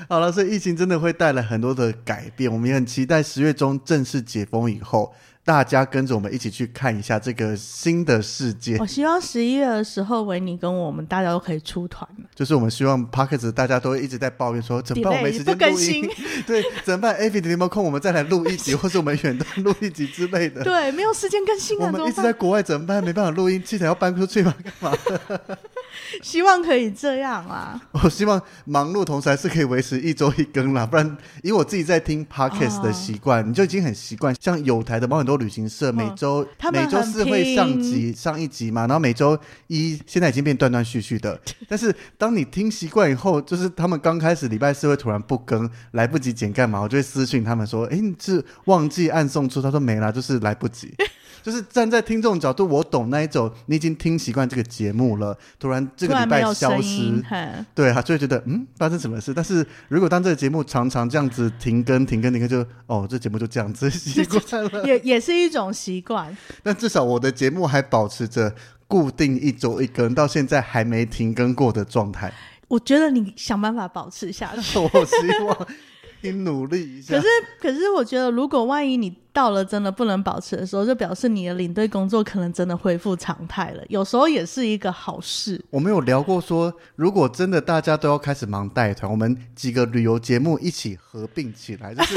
A: 好了，所以疫情真的会带来很多的改变，我们也很期待十月中正式解封以后，大家跟着我们一起去看一下这个新的世界。
B: 我希望十一月的时候，维尼跟我们大家都可以出 团了。
A: 就是我们希望 p o c k e t 大家都会一直在抱怨说，怎么办？
B: Delay，
A: 我没时间
B: 不更
A: 录音，对，怎么办？Avi，你有没有空？我们再来录一集，或是我们远端录一集之类的。
B: 对，没有时间更新
A: 我
B: 了，
A: 们
B: 怎
A: 一
B: 么
A: 直在
B: 办？
A: 国外怎么办？没办法录音，器材要搬出去嘛？
B: 希望可以这样啊。
A: 我希望忙碌同时还是可以维持一周一更啦，不然以我自己在听 podcast
B: 哦
A: 的习惯，你就已经很习惯。像有台的某很多旅行社，每周、
B: 哦他们
A: 每周四会
B: 很拼
A: 上集上一集嘛，然后每周一现在已经变断断续续 的。但是当你听习惯以后，就是他们刚开始礼拜四会突然不更，来不及剪干嘛，我就会私讯他们说：“诶，你是忘记按送出？”他说：“没啦，就是来不 及。”就是站在听众角度，我懂那一种，你已经听习惯这个节目了，突然这个
B: 突
A: 礼
B: 然没
A: 拜
B: 有
A: 消
B: 声
A: 失
B: 音，，嘿
A: 对啊，就会觉得嗯，发生什么事？但是如果当这个节目常常这样子停更、停更、停更就，哦，这节目就这样子习惯了。
B: 也也是一种习惯。
A: 但至少我的节目还保持着固定一周一更，到现在还没停更过的状态。
B: 我觉得你想办法保
A: 啊
B: 持下去。
A: 我希望你努力一下
B: 可是，可是我觉得，如果万一你到了真的不能保持的时候，就表示你的领队工作可能真的恢复常态了。有时候也是一个好事。
A: 我们有聊过说，如果真的大家都要开始忙带团，我们几个旅游节目一起合并起来， 就是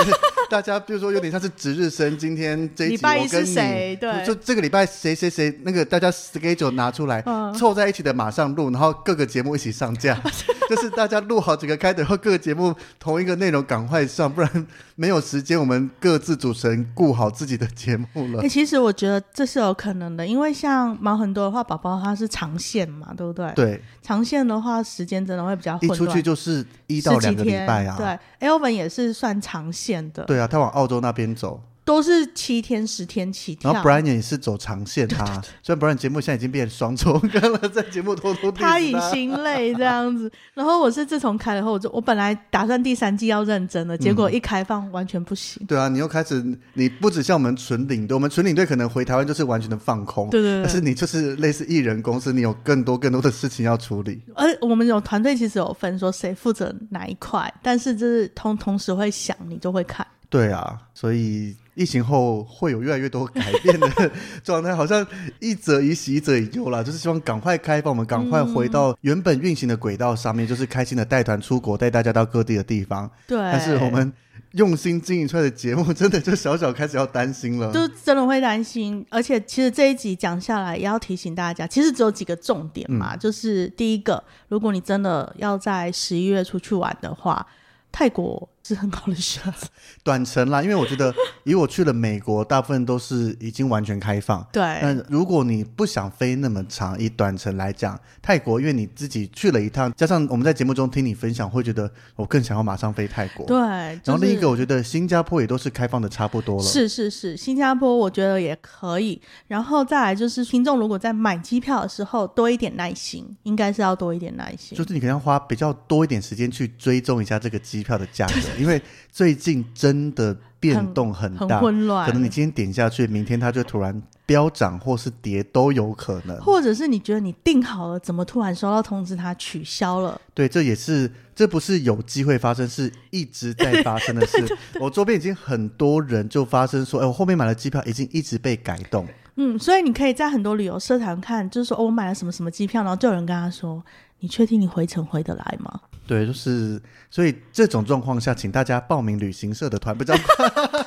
A: 大家比如说有点像是值日生，今天这一
B: 礼
A: 集
B: 拜
A: 我
B: 一
A: 跟
B: 是
A: 你，
B: 谁对
A: 就这个礼拜谁谁谁那个大家 schedule 拿出来、
B: 嗯
A: 凑在一起的马上录，然后各个节目一起上 架，就是大家录好几个开头，然后各个节目同一个内容赶快上，不然没有时间我们各自主持人顾好自己的节目了
B: 哎、。其实我觉得这是有可能的，因为像毛很多的话，宝宝他是长线嘛，对不 对？，
A: 对，
B: 长线的话，时间真的会比较
A: 一
B: 混乱。
A: 出去就是一到两个礼拜啊。
B: 十几天对，Elvin 也是算长线的，
A: 对啊，他往澳洲那边走，
B: 都是七天、十天起跳。
A: 然后 Brian 也是走长线啊。虽然 Brian 节目现在已经变双重跟了，在节目偷偷地
B: 他以
A: 址
B: 心累这样子，然后我是自从开了后，我就我本来打算第三季要认真的，结果
A: 嗯
B: 一开放完全不行。
A: 对啊，你又开始，你不止像我们纯领队，我们纯领队可能回台湾就是完全的放空，
B: 对对对
A: 但哦是你就是类似艺人公司，你有更多更多的事情要处理。
B: 而我们有团队其实有分说谁负责哪一块，但是就是同同时会想，你就会看。
A: 对啊，所以疫情后会有越来越多改变的状态，好像一者以喜，一者以忧啦，就是希望赶快开放，我们赶快回
B: 嗯
A: 到原本运行的轨道上面，就是开心的带团出国，带大家到各地的地方。
B: 对，
A: 但是我们用心经营出来的节目，真的就小小开始要担心了。
B: 就真的会担心，而且其实这一集讲下来，也要提醒大家，其实只有几个重点
A: 嗯
B: 嘛，就是第一个，如果你真的要在十一月出去玩的话，泰国是很好的选择。
A: 短程啦，因为我觉 得以我去了美国，大部分都是已经完全开放。
B: 对，
A: 但如果你不想飞那么长，以短程来讲，泰国，因为你自己去了一趟，加上我们在节目中听你分享，会觉得我更想要马上飞泰国。
B: 对，就
A: 然后另一
B: 是
A: 个，我觉得新加坡也都是开放的差不多了。
B: 是是是，新加坡我觉得也可以。然后再来就是，听众如果在买机票的时候多一点耐心，应该是要多一点耐心
A: 就。是你可能要花比较多一点时间去追踪一下这个机票的价格，因为最近真的变动很
B: 很
A: 大，
B: 混乱
A: 可能你今天点下去，明天它就突然飙涨或是跌都有可能。
B: 或者是你觉得你订好了，怎么突然收到通知它取消了？
A: 对，这也是这不是有机会发生，是一直在发生 的事。我周边已经很多人就发生说，哎，我后面买的机票已经一直被改动。
B: 嗯，所以你可以在很多旅游社团看，就是说、哦、我买了什么什么机票，然后就有人跟他说：“你确定你回程回得来吗
A: 对，就是所以这种状况下，请大家报名旅行社的团，不叫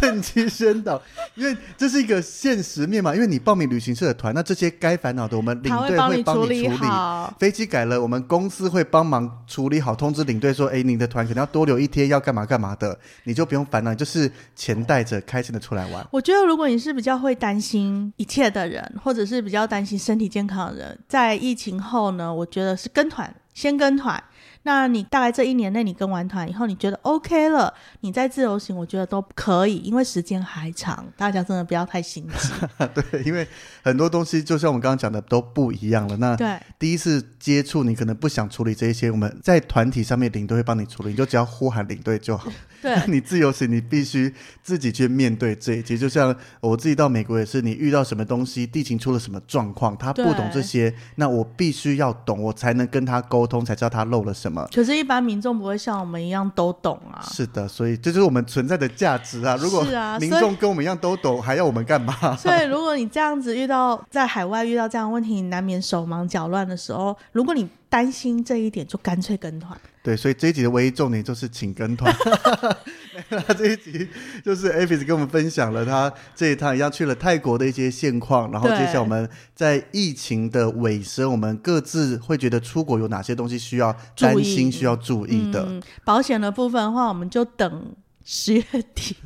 A: 趁机宣导，因为这是一个现实面嘛。因为你报名旅行社的团，那这些该烦恼的，我们？”领
B: 他
A: 队
B: 帮
A: 会帮
B: 处
A: 你处
B: 理
A: 理。
B: 好。
A: 飞机改了，我们公司会帮忙处理好，通知领队说，哎，你的团可能要多留一天，要干嘛干嘛的，你就不用烦恼，你就是钱带着，开心的出来 玩。
B: 我觉得，如果你是比较会担心一切的人，或者是比较担心身体健康的人，在疫情后呢，我觉得是跟团，先跟团。那你大概这一年内你跟完团以后，你觉得 OK 了，你在自由行，我觉得都可以，因为时间还长，大家真的不要太心急。
A: 对，因为很多东西就像我们刚刚讲的都不一样了。那
B: 对，
A: 第一次接触，你可能不想处理这一些，我们在团体上面领队会帮你处理，你就只要呼喊领队就好。
B: 对
A: 你自由行，你必须自己去面对这一切。就像我自己到美国也是，你遇到什么东西，地勤出了什么状况，他不懂这
B: 对
A: 些，那我必须要懂，我才能跟他沟通，才知道他漏了什么。
B: 可是，一般民众不会像我们一样都懂 啊。
A: 是的，所以这就是我们存在的价值啊！如果
B: 是啊
A: 民
B: 所以
A: 众跟我们一样都懂，还要我们干嘛？
B: 所以，如果你这样子遇到在海外遇到这样的问题，你难免手忙脚乱的时候，如果你担心这一点，就干脆跟团。
A: 对，所以这一集的唯一重点就是请跟 团。 没有啦这一集就是 Avis 跟我们分享了他这一趟一样去了泰国的一些现况，然后接
B: 对
A: 下来我们在疫情的尾声，我们各自会觉得出国有哪些东西需要
B: 注
A: 担
B: 意
A: 心、需要注意的。
B: 嗯，保险的部分的话，我们就等十月底。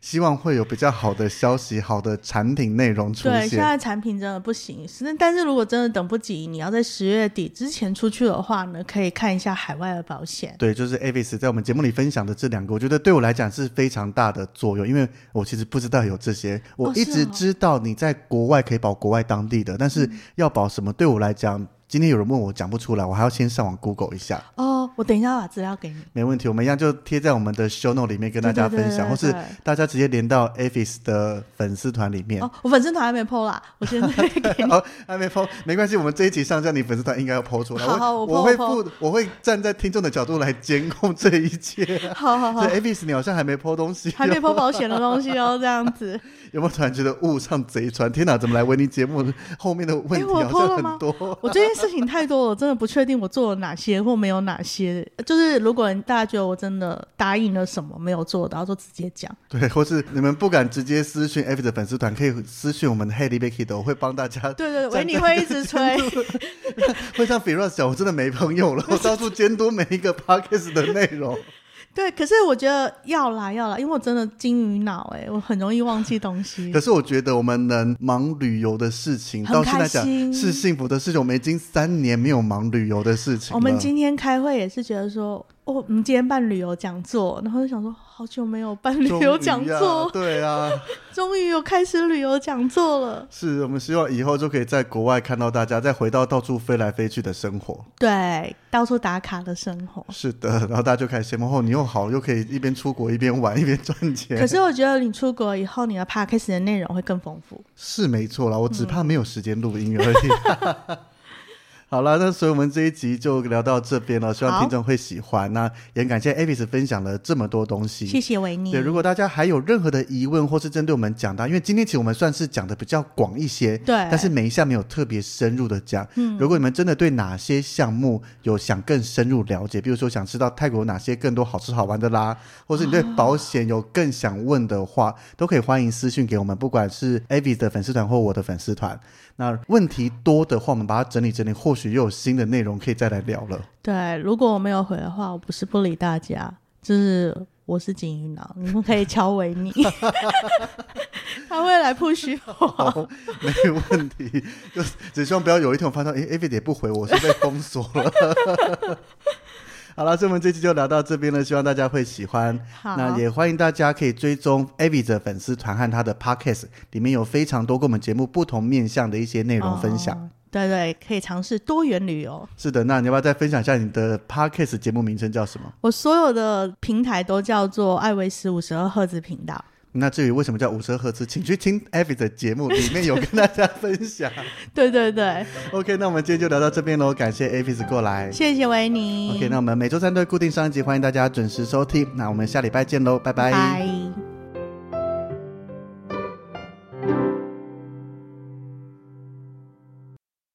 A: 希望会有比较好的消息、好的产品内容出
B: 对，现
A: 现。
B: 在产品真的不行，是但是如果真的等不及，你要在十月底之前出去的话呢，可以看一下海外的保险。
A: 对，就是 Avis 在我们节目里分享的这两个，我觉得对我来讲是非常大的作用，因为我其实不知道有这些，我
B: 哦
A: 一直
B: 是哦嗯
A: 知道你在国外可以保国外当地的，但是要保什么对我来讲，今天有人问我讲不出来，我还要先上网 Google 一下。
B: 哦，我等一下把资料给你。
A: 没问题，我们一样就贴在我们的 show note 里面跟大家分享，
B: 对对对对
A: 或是
B: 对
A: 大家直接连到 Avis 的粉丝团里面。
B: 哦，我粉丝团还没 PO 啦，我先给你。
A: 哦，还没 PO，没关系，我们这一集上架，你粉丝团应该要 PO 出来。
B: 好好
A: 我
B: 我 po，
A: 会
B: 我
A: 负，我会站在听众的角度来监控这一切。
B: 好好好
A: 所，以 Avis，你好像还没 PO 东西哦，
B: 哦还没 PO 保险的东西哦，这样子。
A: 有没有突然觉得误上贼船？天哪，怎么来维尼节目后面的问
B: 哎
A: 题
B: 我
A: 好
B: po 了
A: 像
B: 吗
A: 很多？
B: 我最近事情太多了，我真的不确定我做了哪些或没有哪些。就是如果大家觉得我真的答应了什么没有做到，就直接讲。
A: 对，或是你们不敢直接私讯 Avis 的粉丝团，可以私讯我们的 Haley Becky 的，我会帮大家
B: 对对对，
A: 站
B: 维尼会一直催。
A: 会像 Firas 讲，我真的没朋友 了，我到处监督每一个 podcast 的内容。
B: 对，可是我觉得要啦要啦，因为我真的金鱼脑哎、我很容易忘记东 西
A: 可。是我觉得我们能忙旅游的事情，
B: 很
A: 到现在
B: 开
A: 讲
B: 心
A: 是幸福的事情。我们已经三年没有忙旅游的事情了。
B: 我们今天开会也是觉得说，哦，我们今天办旅游讲座，然后就想说，好久没有办旅
A: 终
B: 游
A: 于
B: 讲
A: 啊
B: 座，
A: 对啊，
B: 终于有开始旅游讲座了。
A: 是我们希望以后就可以在国外看到大家，再回到到处飞来飞去的生活。
B: 对，到处打卡的生活。
A: 是的，然后大家就开始羡慕，哦，你又好，又可以一边出国一边玩一边赚钱。
B: 可是我觉得你出国以后，你的 podcast 的内容会更丰富。
A: 是没错啦，我
B: 嗯
A: 只怕没有时间录音而已。 好了，那所以我们这一集就聊到这边了，希望
B: 好
A: 听众会喜欢。那也很感谢 Avis 分享了这么多东西。
B: 谢谢维尼
A: 对，。如果大家还有任何的疑问，或是针对我们讲的，因为今天其实我们算是讲的比较广一些，
B: 对
A: 但是每一项没有特别深入的讲。嗯，如果你们真的对哪些项目有想更深入了解，比如说想知道泰国有哪些更多好吃好玩的啦，或是你对保险有更想问的话，都可以欢迎私讯给我们，不管是 Avis 的粉丝团或我的粉丝团。那问题多的话，我们把它整理整理，或许又有新的内容可以再来聊了。
B: 对，如果我没有回的话，我不是不理大家，就是我是金鱼脑，你们可以敲维尼， 他会来 push 我。
A: 好， 没问题。就是只希望不要有一天我发现，哎、a v i d 也不回我，是被封锁了。 好了，所以我们这期就聊到这边了，希望大家会喜欢。
B: 好，
A: 那也欢迎大家可以追踪 Avi 的粉丝团和他的 Podcast，里面有非常多跟我们节目不同面向的一些内容分享。
B: 哦对对，可以尝试多元旅游。
A: 是的，那你要不要再分享一下你的 Podcast 节目名称叫什么？
B: 我所有的平台都叫做艾维斯五十二赫兹频道。
A: 那至于为什么叫五十赫兹，请去听 Avi 的节目，里面有跟大家分享。
B: 对对对，
A: OK，那我们今天就聊到这边喽，感谢 Avi 过来。
B: 谢谢维尼。
A: OK，那我们每周三都会固定上一集，欢迎大家准时收听。那我们下礼拜见喽，拜
B: 拜。